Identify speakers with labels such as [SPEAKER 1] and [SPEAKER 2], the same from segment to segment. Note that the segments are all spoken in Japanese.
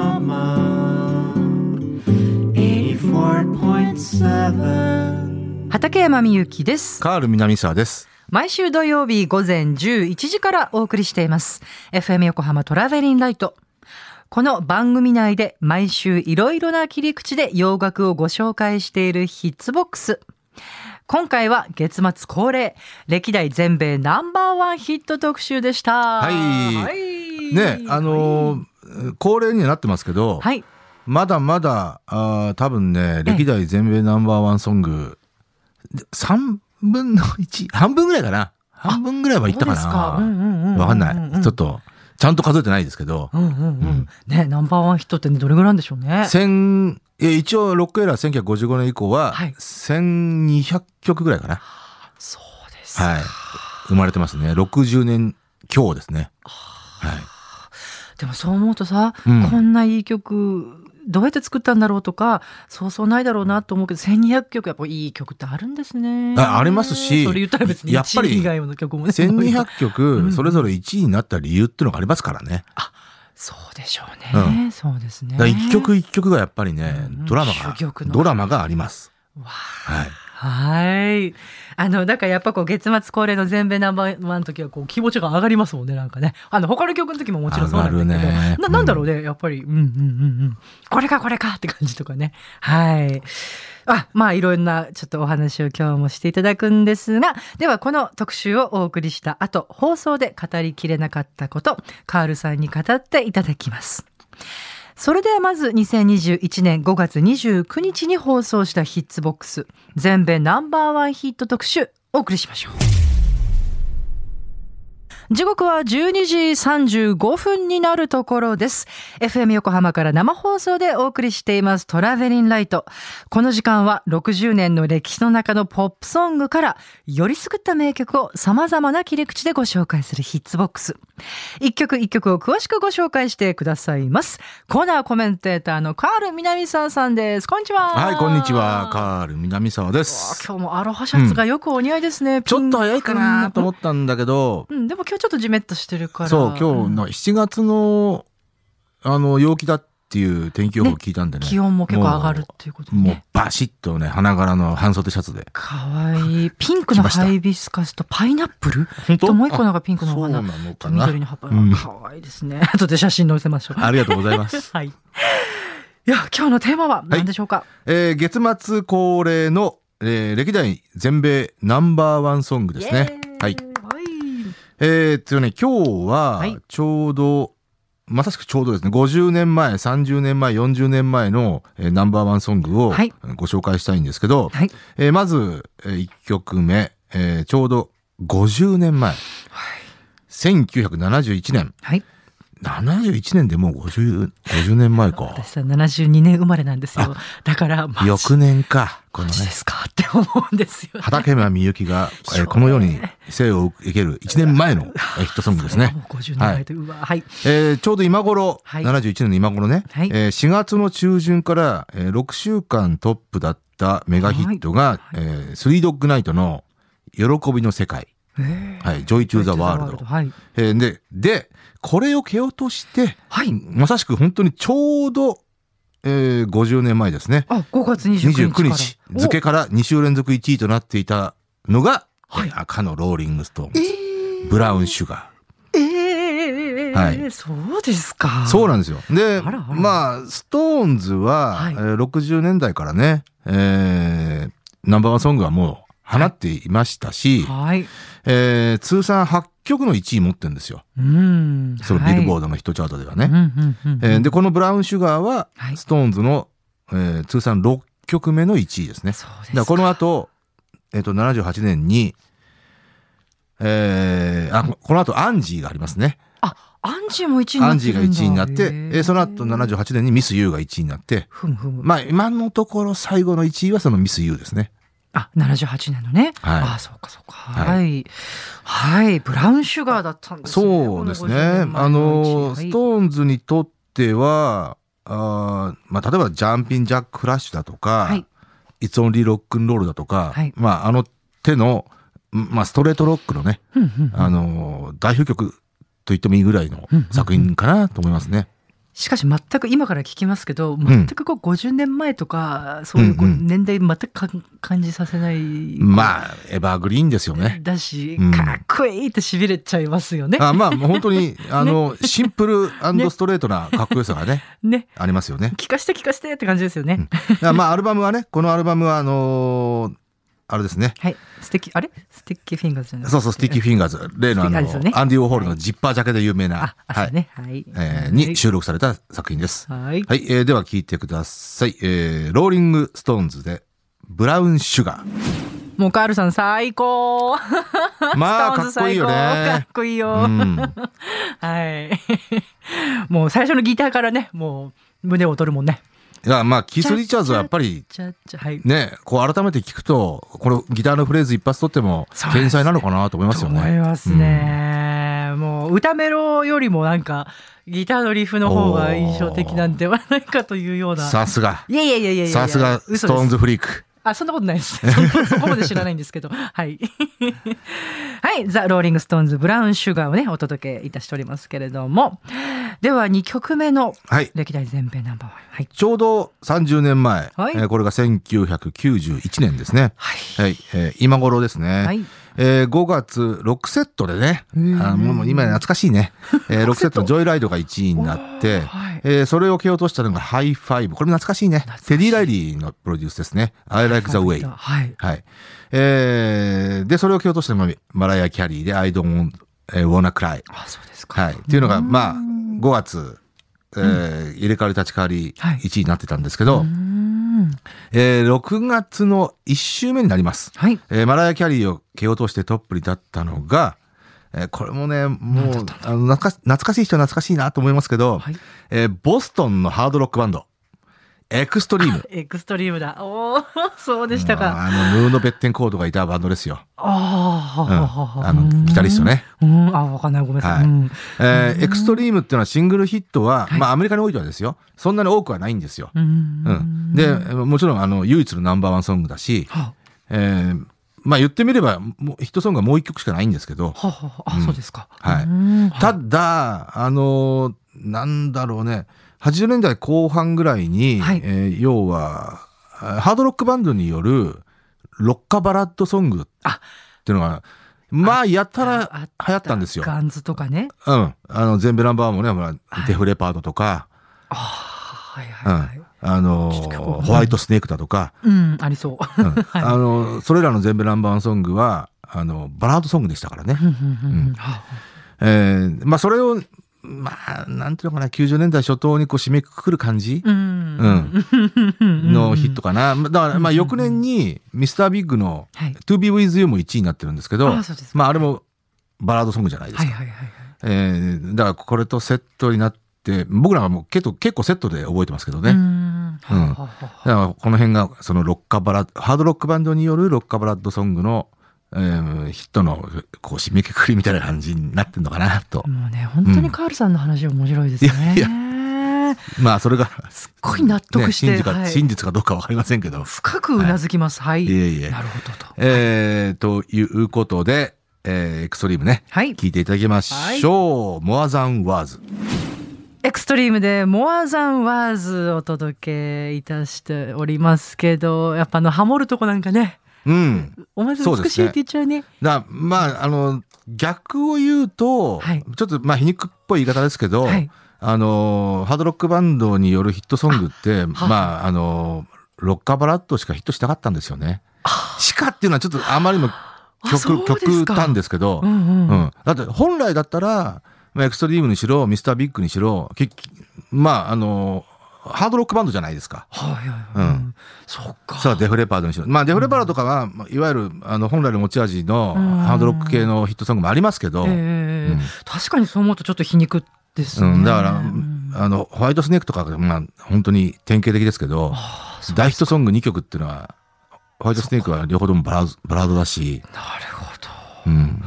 [SPEAKER 1] Yokohama 84.7
[SPEAKER 2] 畠山みゆきです。
[SPEAKER 3] カール南沢です。
[SPEAKER 2] 毎週土曜日午前11時からお送りしています。FM 横浜トラベリンライト。この番組内で毎週いろいろな切り口で洋楽をご紹介しているヒッツボックス。今回は月末恒例、歴代全米ナンバーワンヒット特集でした。はいい
[SPEAKER 3] ね、あのー恒例にはなってますけど、
[SPEAKER 2] はい。
[SPEAKER 3] まだまだ、あー多分ね、歴代全米ナンバーワンソング、3分の1、半分ぐらいかな。半分ぐらいはいったか
[SPEAKER 2] あそうですかうんうんうんうんうんう
[SPEAKER 3] な。
[SPEAKER 2] ん
[SPEAKER 3] わかんない。ちょっと、ちゃんと数えてないですけど、
[SPEAKER 2] うんうんうん。ね、ナンバーワンヒットってどれぐらいなんでしょうね。
[SPEAKER 3] 千え一応、ロックエラー1955年以降は
[SPEAKER 2] はい、
[SPEAKER 3] 1200曲ぐらいかな。
[SPEAKER 2] そうですか。
[SPEAKER 3] はい。生まれてますね。60年強ですね。はい。
[SPEAKER 2] でもそう思うとさ、
[SPEAKER 3] うん
[SPEAKER 2] こんないい曲どうやって作ったんだろうとかそうそうないだろうなと思うけど1200曲やっぱいい曲ってあるんですね。
[SPEAKER 3] あありますし
[SPEAKER 2] それ言ったら別に
[SPEAKER 3] やっぱ
[SPEAKER 2] 1
[SPEAKER 3] り
[SPEAKER 2] 位以外の曲も ね。
[SPEAKER 3] 1200
[SPEAKER 2] う
[SPEAKER 3] 曲
[SPEAKER 2] ん
[SPEAKER 3] それぞれ1位になった理由っていうのがありますからね。
[SPEAKER 2] そうでしょうね。そうですね。
[SPEAKER 3] だから1曲1曲がやっぱりね
[SPEAKER 2] うん、
[SPEAKER 3] ドラマ
[SPEAKER 2] 珠玉
[SPEAKER 3] が、
[SPEAKER 2] の
[SPEAKER 3] ドラマがあります。
[SPEAKER 2] わあ
[SPEAKER 3] はい。
[SPEAKER 2] はい。あの、だからやっぱこう月末恒例の全米ナンバーワンの時はこう気持ちが上がりますもんね、なんかね。あの、他の曲の時ももちろんそうなんだけど、
[SPEAKER 3] 上がるね
[SPEAKER 2] ななんだろうね、やっぱり、うんうんうんうん。これかこれかって感じとかね。はい。あ、まあいろんなちょっとお話を今日もしていただくんですが、ではこの特集をお送りした後、放送で語りきれなかったこと、カールさんに語っていただきます。それではまず2021年5月29日に放送したヒッツボックス全米ナンバーワンヒット特集お送りしましょう時刻は12時35分になるところです FM 横浜から生放送でお送りしていますトラベリンライトこの時間は60年の歴史の中のポップソングからよりすぐった名曲を様々な切り口でご紹介するヒッツボックス一曲一曲を詳しくご紹介してくださいます。コーナーコメンテーターのカール南沢さんです。こんにちは。
[SPEAKER 3] はい、こんにちは。カール南沢で
[SPEAKER 2] わあ
[SPEAKER 3] す。
[SPEAKER 2] 今日もアロハシャツがよくお似合いですね。
[SPEAKER 3] ちょっと早いかなと思
[SPEAKER 2] って。
[SPEAKER 3] ったんだけど、
[SPEAKER 2] うん、でも今日ちょっとジメッとしてるから。
[SPEAKER 3] そう、今日の7月の、あの、陽気だっていう天気予報を聞いたんでね。
[SPEAKER 2] 気温も結構上がるっていうことで
[SPEAKER 3] もう。もう
[SPEAKER 2] ね。
[SPEAKER 3] バシッとね、花柄の半袖シャツで。
[SPEAKER 2] かわいい。ピンクの
[SPEAKER 3] 来ました
[SPEAKER 2] ハイビスカスとパイナップル
[SPEAKER 3] 本
[SPEAKER 2] ともう一個なんかピンクのお
[SPEAKER 3] そうな
[SPEAKER 2] 花。
[SPEAKER 3] の
[SPEAKER 2] と
[SPEAKER 3] か
[SPEAKER 2] 緑の
[SPEAKER 3] な。
[SPEAKER 2] 葉っぱ
[SPEAKER 3] うん
[SPEAKER 2] がかわいいですね。 後で写真載せましょう。
[SPEAKER 3] ありがとうございます。
[SPEAKER 2] はい。いや、今日のテーマは何でしょうか、
[SPEAKER 3] えー月末恒例の、えー歴代全米ナンバーワンソングですね
[SPEAKER 2] イエーイ。
[SPEAKER 3] はい。
[SPEAKER 2] はい
[SPEAKER 3] えー、っとね、今日は
[SPEAKER 2] はい、
[SPEAKER 3] ちょうど、まさしくちょうどですね、50年前、30年前、40年前の、えーナンバーワンソングを
[SPEAKER 2] はい
[SPEAKER 3] ご紹介したいんですけど、
[SPEAKER 2] はい
[SPEAKER 3] えーまず、え1曲目、えーちょうど50年前、1971年。
[SPEAKER 2] はい。
[SPEAKER 3] 71年でもう 50, 50年前か。
[SPEAKER 2] 私さ、72年生まれなんですよ。だから、マジ
[SPEAKER 3] 翌年か。この
[SPEAKER 2] マ
[SPEAKER 3] ね
[SPEAKER 2] ジで。すかって思うんですよね。
[SPEAKER 3] 畠山みゆきが、えーこのように生を受ける1年前のえーヒットソングです ね
[SPEAKER 2] も。う50年前という、うわ、はい。
[SPEAKER 3] えーちょうど今頃、
[SPEAKER 2] はい
[SPEAKER 3] 71年の今頃ね、
[SPEAKER 2] はい
[SPEAKER 3] えー4月の中旬から、えー6週間トップだったメガヒットが、
[SPEAKER 2] はい
[SPEAKER 3] えースリードッグナイトの喜びの世界、はい、ジョイ・トゥ・ザ・ワールド。
[SPEAKER 2] はい。
[SPEAKER 3] えーで、で、これを蹴落として、
[SPEAKER 2] はい。
[SPEAKER 3] まさしく本当にちょうど、えー50年前ですね。
[SPEAKER 2] あ、5月29
[SPEAKER 3] 29
[SPEAKER 2] 日
[SPEAKER 3] 日付から2週連続1位となっていたのが、
[SPEAKER 2] はい
[SPEAKER 3] 赤のローリングストーン
[SPEAKER 2] え
[SPEAKER 3] ズ、ブラウンシュガ
[SPEAKER 2] えー、
[SPEAKER 3] はい
[SPEAKER 2] そうですか。
[SPEAKER 3] ーそう
[SPEAKER 2] な
[SPEAKER 3] なんですよで
[SPEAKER 2] あらあら
[SPEAKER 3] まあストーンズは、
[SPEAKER 2] はい
[SPEAKER 3] えー60年代からね、えーナンバーワンソングはもう放っていましたし、
[SPEAKER 2] はい。
[SPEAKER 3] えー通算8曲の1位持ってるんですよ
[SPEAKER 2] うん。
[SPEAKER 3] そのビルボー
[SPEAKER 2] ー
[SPEAKER 3] ドのヒットチャートでは
[SPEAKER 2] ド
[SPEAKER 3] ね、
[SPEAKER 2] うんうんうん。
[SPEAKER 3] えーでこのブラウンシュガーは、
[SPEAKER 2] はい
[SPEAKER 3] ストーンズの、えー通算6曲目の1位ですね
[SPEAKER 2] そうです
[SPEAKER 3] だからこの後、えっ、と、78年に、えー、あ、ここの後、アンジーがありますね。
[SPEAKER 2] あ、アンジーも1位にな
[SPEAKER 3] ア
[SPEAKER 2] っ
[SPEAKER 3] ン
[SPEAKER 2] て
[SPEAKER 3] ジー
[SPEAKER 2] る
[SPEAKER 3] が
[SPEAKER 2] んだ
[SPEAKER 3] 1位になって、えーその
[SPEAKER 2] 十。
[SPEAKER 3] 後78年にミス・ユーが1位になって、
[SPEAKER 2] ふむふむ。
[SPEAKER 3] まあ、今のところ最後の1位はそのミス・ユーですね。
[SPEAKER 2] あ、78年のね。
[SPEAKER 3] はい
[SPEAKER 2] あ、そうかそうか。は。
[SPEAKER 3] はい
[SPEAKER 2] はい。ブラウンシュガーだったんですね。
[SPEAKER 3] そうですね。
[SPEAKER 2] こ
[SPEAKER 3] あ
[SPEAKER 2] 50年前の
[SPEAKER 3] の、ス
[SPEAKER 2] うち
[SPEAKER 3] トーンズにとっては、あーまあ、例えば、ジャンピン・ジャック・フラッシュだとか、
[SPEAKER 2] はい
[SPEAKER 3] イツ・オンリー・ロックンロールだとか、
[SPEAKER 2] はい
[SPEAKER 3] まあ、あの手の、まあ、ストレートロックのね、
[SPEAKER 2] はいうんうん
[SPEAKER 3] あの代表曲と言ってもいいぐらいの作品かなと思いますね。
[SPEAKER 2] しかし全く今から聞きますけど全くこう50年前とかそういうこう
[SPEAKER 3] うんうん
[SPEAKER 2] 年代全くか感じさせない、
[SPEAKER 3] まあ、エバーグリーンですよね。
[SPEAKER 2] だし
[SPEAKER 3] うん
[SPEAKER 2] かっこいいってしびれちゃいますよね。
[SPEAKER 3] あまあ、もう本当に、あの、シンプルストレートなかっこよさがね、
[SPEAKER 2] ね
[SPEAKER 3] ありますよね。
[SPEAKER 2] 聞かして聞かしてって感じですよね。
[SPEAKER 3] うんだからまあ、アルバムはね、このアルバムは、あのーあれですね。
[SPEAKER 2] はいステッキあれステッキフィンガーズじゃない
[SPEAKER 3] そうそう、スティッキーフィンガーズ、例のあの、
[SPEAKER 2] スティッキーフィンガーズね
[SPEAKER 3] アンディ・ウォーホールのジッパージャケで有名な
[SPEAKER 2] あ、
[SPEAKER 3] は
[SPEAKER 2] 朝
[SPEAKER 3] い、
[SPEAKER 2] ねはい、
[SPEAKER 3] えーに収録された作品です。
[SPEAKER 2] はい
[SPEAKER 3] はい、えーでは聞いてください。えーローリング・ストーンズで、ブラウン・シ ュガー。
[SPEAKER 2] もうカールさん最高
[SPEAKER 3] ま
[SPEAKER 2] ストー
[SPEAKER 3] あ、か
[SPEAKER 2] ンズ
[SPEAKER 3] っこ
[SPEAKER 2] 最
[SPEAKER 3] いいよ
[SPEAKER 2] 高か
[SPEAKER 3] ね
[SPEAKER 2] っ。こいいよ、
[SPEAKER 3] うん、
[SPEAKER 2] はい。 もう最初のギターからね、もう胸を取るもんね。
[SPEAKER 3] いやまあキース・リチャーズはやっぱり
[SPEAKER 2] ちゃちゃはい。
[SPEAKER 3] ねこう改めて聞くとこのギターのフレーズ一発とっても
[SPEAKER 2] そうですね
[SPEAKER 3] 天才なのかなと思います
[SPEAKER 2] と
[SPEAKER 3] よね。
[SPEAKER 2] 思いますね。もう歌メロよりもなんかギターのリフの方が印象的なんではないかというよう
[SPEAKER 3] うん
[SPEAKER 2] な。
[SPEAKER 3] さすが
[SPEAKER 2] いやいやいやいやいや
[SPEAKER 3] さすがス
[SPEAKER 2] 嘘
[SPEAKER 3] トーン
[SPEAKER 2] です。
[SPEAKER 3] ズフリーク。
[SPEAKER 2] あ、そんなことない です。そそこまで知らないんですけど。はい。 はい。ザ・ローリング・ストーンズ・ブラウン・シュガーをね、お届けいたしておりますけれども。では、2曲目の
[SPEAKER 3] はい
[SPEAKER 2] 歴代全米ナンバーワン。はい。
[SPEAKER 3] ちょうど30年前、
[SPEAKER 2] はい
[SPEAKER 3] えーこれが1991年ですね。
[SPEAKER 2] はい。
[SPEAKER 3] はい、えー今頃ですね。
[SPEAKER 2] はい
[SPEAKER 3] えー5月6セットでね、あ
[SPEAKER 2] ん
[SPEAKER 3] ーもうもう今懐かしいね。えー6セットのジョイライドが1位になって、
[SPEAKER 2] はい
[SPEAKER 3] えーそれを蹴落としたのがハイファイブ。これも懐かしいね。テディ・ライリーのプロデュースですね。I like the way。
[SPEAKER 2] はい。
[SPEAKER 3] はい。えーで、それを蹴落としたのがマライア・キャリーで I don't wanna cry。
[SPEAKER 2] あ、そうですか。
[SPEAKER 3] はい。っていうのが、まあ、5月、えー入れ替わり立ち替わり
[SPEAKER 2] はい
[SPEAKER 3] 1位になってたんですけ
[SPEAKER 2] うー
[SPEAKER 3] ど、
[SPEAKER 2] ん
[SPEAKER 3] えー6月の1週目になります。
[SPEAKER 2] はい。
[SPEAKER 3] えーマライア・キャリーを蹴落としてトップに立ったのが、えーこれもね、もう、あの懐か懐かしい人は懐かしいなと思いますけど、
[SPEAKER 2] はい
[SPEAKER 3] えーボストンのハードロックバンド、エクストリーム。
[SPEAKER 2] エクストリーム だ。おお、そうでした
[SPEAKER 3] うん
[SPEAKER 2] か。
[SPEAKER 3] あの、ムードベッテンコードがいたバンドですよ。うん
[SPEAKER 2] ああ、
[SPEAKER 3] あの、ギタリストね。
[SPEAKER 2] うん。うん、あ、わかんない。ごめんなさ
[SPEAKER 3] はい
[SPEAKER 2] い。うん
[SPEAKER 3] えーエクストリームっていうのはシングルヒットは、
[SPEAKER 2] はい
[SPEAKER 3] まあアメリカにおいてはですよ、そんなに多くはないんですよ。
[SPEAKER 2] う
[SPEAKER 3] うんん。で、もちろんあの、唯一のナンバーワンソングだし、
[SPEAKER 2] は
[SPEAKER 3] えーまあ言ってみれば、もうヒットソングはもう一曲しかないんですけど、
[SPEAKER 2] あはあはあ、
[SPEAKER 3] うん
[SPEAKER 2] あ、そうですか。
[SPEAKER 3] はい
[SPEAKER 2] うん
[SPEAKER 3] ただ、あのーなんだろうね、80年代後半ぐらいに、
[SPEAKER 2] はい
[SPEAKER 3] えー要は、あハードロックバンドによる、ロッカバラッドソングっていうのが、まあ、やたら流行ったんですよ。
[SPEAKER 2] ガンズとかね。
[SPEAKER 3] うん。あの、全米ナンバーワンもね、ほら
[SPEAKER 2] はい
[SPEAKER 3] デフレパードとか、
[SPEAKER 2] ああ、はいはいはい。
[SPEAKER 3] あのー
[SPEAKER 2] ちょっと曲を
[SPEAKER 3] ホワイトスネークだと か、
[SPEAKER 2] うん、ありそう。
[SPEAKER 3] うんあのーそれらの全米ナンバーワンソングは、あの、バラードソングでしたからね。
[SPEAKER 2] うんうんうんうんは
[SPEAKER 3] えーまあ、それを、まあ、なんていうのかな、90年代初頭にこう締めくくる感じ
[SPEAKER 2] あうん。うん
[SPEAKER 3] のヒット。かな。まあだから、まあ、
[SPEAKER 2] うん
[SPEAKER 3] 翌年に、ミスタービッグの
[SPEAKER 2] はい。
[SPEAKER 3] To Be With You も1位になってるんですけど、
[SPEAKER 2] あそうですか
[SPEAKER 3] まあ、あれもバラードソングじゃないです
[SPEAKER 2] はい
[SPEAKER 3] か。
[SPEAKER 2] はいはいはい。
[SPEAKER 3] えーだから、これとセットになって、僕らはもう結構結構セットで覚えてますけどね。
[SPEAKER 2] うん。はあはあはあ
[SPEAKER 3] だからこの辺がそのロッカバラハードロックバンドによるロッカバラッドソングの、えーヒットのこう締めくくりみたいな感じになってんのかなと、
[SPEAKER 2] もうね、本当にカールさんの話面白いですね。
[SPEAKER 3] いや
[SPEAKER 2] すっ
[SPEAKER 3] まあそれが
[SPEAKER 2] ごい納得して、
[SPEAKER 3] ね真実か
[SPEAKER 2] はい
[SPEAKER 3] 真実かどうかわかりませんけど、
[SPEAKER 2] 深くうなずきます。はい。
[SPEAKER 3] いえいえ
[SPEAKER 2] なるほどと。
[SPEAKER 3] えー、ということで、えーエクストリームね
[SPEAKER 2] はい。
[SPEAKER 3] 聞いていただきましょう、モアザンワーズ
[SPEAKER 2] エクストリームでモアザンワーズお届けいたしておりますけど、やっぱあの、ハモるとこなんかね、
[SPEAKER 3] うん
[SPEAKER 2] お前ず
[SPEAKER 3] そうで
[SPEAKER 2] 美し
[SPEAKER 3] す
[SPEAKER 2] い
[SPEAKER 3] ね
[SPEAKER 2] って言っちゃうね。
[SPEAKER 3] だまああの逆を言うと、
[SPEAKER 2] はい
[SPEAKER 3] ちょっとまあ皮肉っぽい言い方ですけど、
[SPEAKER 2] はい。
[SPEAKER 3] あのーハードロックバンドによるヒットソングって、
[SPEAKER 2] は
[SPEAKER 3] まあ、あのーロッカーバラッドしかヒットしなかったんですよね。しかっていうのはちょっとあまりにも
[SPEAKER 2] あそう
[SPEAKER 3] 曲、
[SPEAKER 2] です
[SPEAKER 3] 極
[SPEAKER 2] か
[SPEAKER 3] 端ですけど
[SPEAKER 2] う、ん
[SPEAKER 3] う
[SPEAKER 2] うんん。
[SPEAKER 3] だって本来だったら、まあ、エクストリームにしろ、ミスタービッグにしろ、きまあ、あのーハードロックバンドじゃないですか。
[SPEAKER 2] はいはいはい。
[SPEAKER 3] うん
[SPEAKER 2] そっか。
[SPEAKER 3] さあ、デフレパードにしろ。まあ、デフレパードとかは、まあいわゆる、あの、本来の持ち味の
[SPEAKER 2] うん
[SPEAKER 3] ハードロック系のヒットソングもありますけど、
[SPEAKER 2] ええ
[SPEAKER 3] うん
[SPEAKER 2] 確かにそう思うとちょっと皮肉ですね。
[SPEAKER 3] うん、だから、
[SPEAKER 2] うん
[SPEAKER 3] あの、ホワイトスネークとかが、まあ、本当に典型的ですけど、
[SPEAKER 2] ああそう
[SPEAKER 3] 大ヒットソング2曲っていうのは、ホワイトスネークは両方ともバラードバラードだし、
[SPEAKER 2] なるほど。
[SPEAKER 3] うん。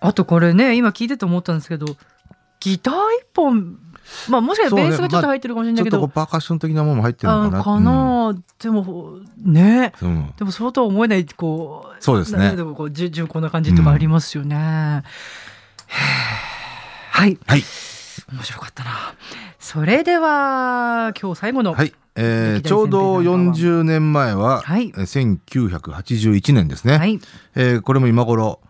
[SPEAKER 2] あとこれね今聞いてて思ったんですけどギター一本まあもしかしたらベースがちょっと入ってるかもしれ
[SPEAKER 3] ち
[SPEAKER 2] な
[SPEAKER 3] ょ
[SPEAKER 2] いけ
[SPEAKER 3] っとこう
[SPEAKER 2] ど、
[SPEAKER 3] パーカッション的なものも入ってる
[SPEAKER 2] あ
[SPEAKER 3] の
[SPEAKER 2] の
[SPEAKER 3] かな。
[SPEAKER 2] かな、でもね
[SPEAKER 3] うんうん
[SPEAKER 2] でもそうとは思えないこう
[SPEAKER 3] そうです
[SPEAKER 2] な
[SPEAKER 3] ね
[SPEAKER 2] ん。かこうじゅ重厚な感じとかありますよね、へーはい
[SPEAKER 3] はい。
[SPEAKER 2] 面白かったな。それでは、今日最後の。
[SPEAKER 3] はい。えー
[SPEAKER 2] 歴代
[SPEAKER 3] ちょうど
[SPEAKER 2] 先輩ナンバー
[SPEAKER 3] 40年前は、
[SPEAKER 2] はい
[SPEAKER 3] えー1981年ですね、
[SPEAKER 2] はい
[SPEAKER 3] えーこれも今頃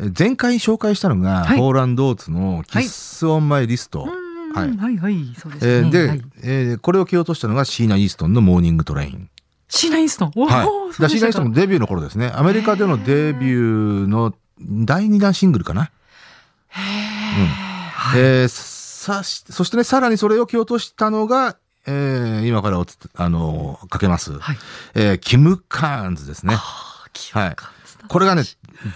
[SPEAKER 3] えー前回紹介したのが、
[SPEAKER 2] はい
[SPEAKER 3] ポーランドーツの「キッス・オン・マイ・リスト」
[SPEAKER 2] うん
[SPEAKER 3] はい
[SPEAKER 2] はい、はい、そうで
[SPEAKER 3] え
[SPEAKER 2] す
[SPEAKER 3] ー
[SPEAKER 2] ね。
[SPEAKER 3] で、
[SPEAKER 2] はい
[SPEAKER 3] えーこれを蹴落としたのがシーナ・イーストンの「モーニング・トレイン
[SPEAKER 2] シーナインストン。」おー
[SPEAKER 3] はい
[SPEAKER 2] そうでした
[SPEAKER 3] だシーナ・イーストンのデビューの頃ですねアメリカでのデビューの第2弾シングルかな、
[SPEAKER 2] へーはい
[SPEAKER 3] えーさしそしてねさらにそれを蹴落としたのが、えー今からおつあのーかけます、
[SPEAKER 2] はい。
[SPEAKER 3] えーキム・カーンズですね
[SPEAKER 2] あー記憶が伝わる
[SPEAKER 3] これがね、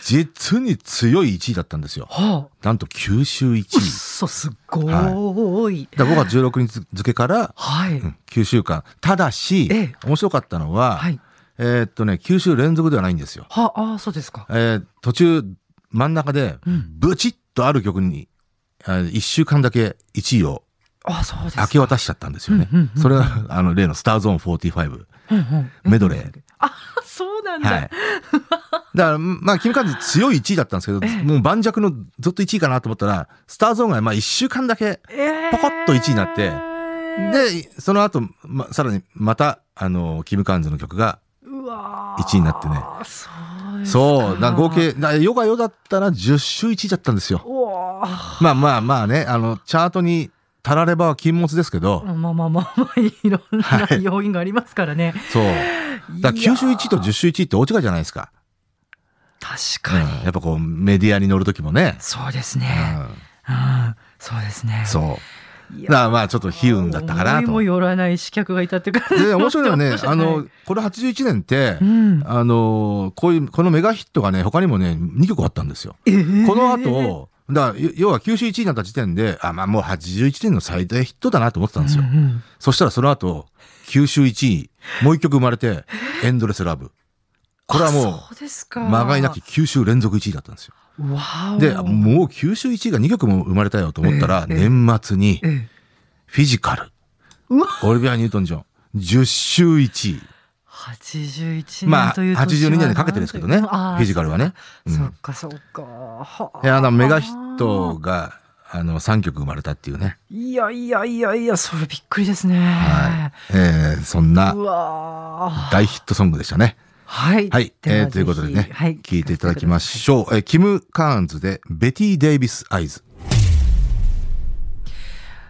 [SPEAKER 3] 実に強い1位だったんですよ。
[SPEAKER 2] はあ。
[SPEAKER 3] なんと九州1
[SPEAKER 2] うっ
[SPEAKER 3] 位。
[SPEAKER 2] そ、すごーい。
[SPEAKER 3] だから5月16日付から、
[SPEAKER 2] はい。
[SPEAKER 3] うん9週間。ただし
[SPEAKER 2] ええ、
[SPEAKER 3] 面白かったのは、
[SPEAKER 2] はい。
[SPEAKER 3] えーっとね、9週連続ではないんですよ。
[SPEAKER 2] はあ、あーそうですか。
[SPEAKER 3] えー途中、真ん中で
[SPEAKER 2] うん、
[SPEAKER 3] ブチッとある曲に、1週間だけ1位を
[SPEAKER 2] あーそうですか。
[SPEAKER 3] 明け渡しちゃったんですよね
[SPEAKER 2] うんうんう。ん
[SPEAKER 3] それが、あの、例のスターゾーン45。
[SPEAKER 2] うんうん
[SPEAKER 3] メドレー。
[SPEAKER 2] あ、そうなん
[SPEAKER 3] は
[SPEAKER 2] だ
[SPEAKER 3] い。だ。から、まあ、キムカンズ強い1位だったんですけど、もう盤石のずっと1位かなと思ったら、スターゾーンがまあ1週間だけ、ポコッと1位になって
[SPEAKER 2] で、
[SPEAKER 3] で、その後、ま、さらにまた、あの、キムカンズの曲が、
[SPEAKER 2] うわ
[SPEAKER 3] 1位になってね
[SPEAKER 2] ね
[SPEAKER 3] そう、な合計、なヨガヨだったら10週1位だったんですよ。
[SPEAKER 2] うわ
[SPEAKER 3] まあまあまあね、あの、チャートにたらればは禁物ですけど、
[SPEAKER 2] まあまあまあまあ、いろんな
[SPEAKER 3] はい
[SPEAKER 2] 要因がありますからね。
[SPEAKER 3] そう。だから
[SPEAKER 2] いや
[SPEAKER 3] 9週1位と10週1位って大違いじゃないですか。
[SPEAKER 2] 確
[SPEAKER 3] うん
[SPEAKER 2] かに、
[SPEAKER 3] やっぱこう、メディアに乗るときもね。
[SPEAKER 2] そうです
[SPEAKER 3] う
[SPEAKER 2] ね。
[SPEAKER 3] ん
[SPEAKER 2] うん、そうですね。
[SPEAKER 3] そう。
[SPEAKER 2] い
[SPEAKER 3] だ
[SPEAKER 2] や
[SPEAKER 3] からまあちょっと悲運だったかな
[SPEAKER 2] 思い
[SPEAKER 3] と
[SPEAKER 2] も。よらない刺客がいたっていうか。
[SPEAKER 3] で、面白いのはね
[SPEAKER 2] 面、白
[SPEAKER 3] あ
[SPEAKER 2] いね
[SPEAKER 3] の、これ81年って
[SPEAKER 2] う、ん。
[SPEAKER 3] あの、こういう、このメガヒットがね、他にもね、2曲あったんですよ。こ
[SPEAKER 2] こ
[SPEAKER 3] の、後、だからよ要は九州1位になった時点で、あ、まあもう81年の最大ヒットだなと思ってたんですよ。
[SPEAKER 2] うんうん
[SPEAKER 3] そしたらその後、九州1位、もう1曲生まれて、エンドレスラブ。これは
[SPEAKER 2] あ
[SPEAKER 3] も
[SPEAKER 2] そうです
[SPEAKER 3] う、
[SPEAKER 2] か。
[SPEAKER 3] まがいなき九州連続1位だったんですよ。
[SPEAKER 2] わお。
[SPEAKER 3] で、もう九州1位が2曲も生まれたよと思ったら、
[SPEAKER 2] ええ
[SPEAKER 3] 年末に、
[SPEAKER 2] ええ
[SPEAKER 3] フィジカル、
[SPEAKER 2] うわ
[SPEAKER 3] オリビア・ニュートン・ジョン、10週1位。
[SPEAKER 2] 81
[SPEAKER 3] ま
[SPEAKER 2] 年
[SPEAKER 3] あ、
[SPEAKER 2] という年は
[SPEAKER 3] 82年にかけてですけどね、フ
[SPEAKER 2] ああ
[SPEAKER 3] ィジカルはね。うん
[SPEAKER 2] そっかそっか。はあ
[SPEAKER 3] いや、あの、メガヒット。が、あの、3曲生まれたっていうね。
[SPEAKER 2] いやいやいやいや、それびっくりですね。
[SPEAKER 3] はい。えー、そんな
[SPEAKER 2] うわあ
[SPEAKER 3] 大ヒットソングでしたね。
[SPEAKER 2] はい。
[SPEAKER 3] はい。
[SPEAKER 2] はぜ
[SPEAKER 3] えー
[SPEAKER 2] ひ
[SPEAKER 3] ということでね、
[SPEAKER 2] はい
[SPEAKER 3] 聞いていただきましょう。えーキム・カーンズで、ベティ・デイビス・アイズ。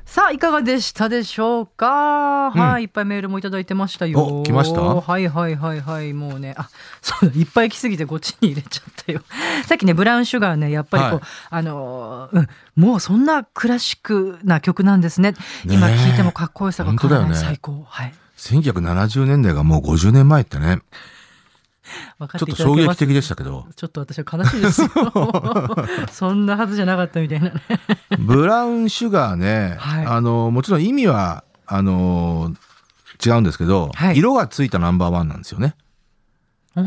[SPEAKER 2] さあ、いかがでしたでしょうか、
[SPEAKER 3] うん
[SPEAKER 2] はい、いっぱいメールもいただいてましたよ。
[SPEAKER 3] お来ました
[SPEAKER 2] はいはいはいはい、もうね、あ、そうだ、いっぱい来すぎてこっちに入れちゃったよ。 さっきね、ブラウンシュガーね、やっぱりこう、
[SPEAKER 3] はい
[SPEAKER 2] あのー、うん、もうそんなクラシックな曲なんですね。
[SPEAKER 3] え
[SPEAKER 2] 今聴いてもかっこよさが変わらない、
[SPEAKER 3] 本当だよね
[SPEAKER 2] 最高。はい。
[SPEAKER 3] 1970年代がもう50年前ってね、
[SPEAKER 2] 分か
[SPEAKER 3] ちょっ
[SPEAKER 2] い
[SPEAKER 3] と
[SPEAKER 2] ただ
[SPEAKER 3] 衝
[SPEAKER 2] けま
[SPEAKER 3] 撃
[SPEAKER 2] す
[SPEAKER 3] 的でしたけど、
[SPEAKER 2] ちょっと私は悲しい ですよ。そんなはずじゃなかったみたいなね。
[SPEAKER 3] ブラウン・シュガーね、
[SPEAKER 2] はい
[SPEAKER 3] あの、もちろん意味は、あの、違うんですけど、
[SPEAKER 2] はい
[SPEAKER 3] 色がついたナンバーワンなんですよね。
[SPEAKER 2] お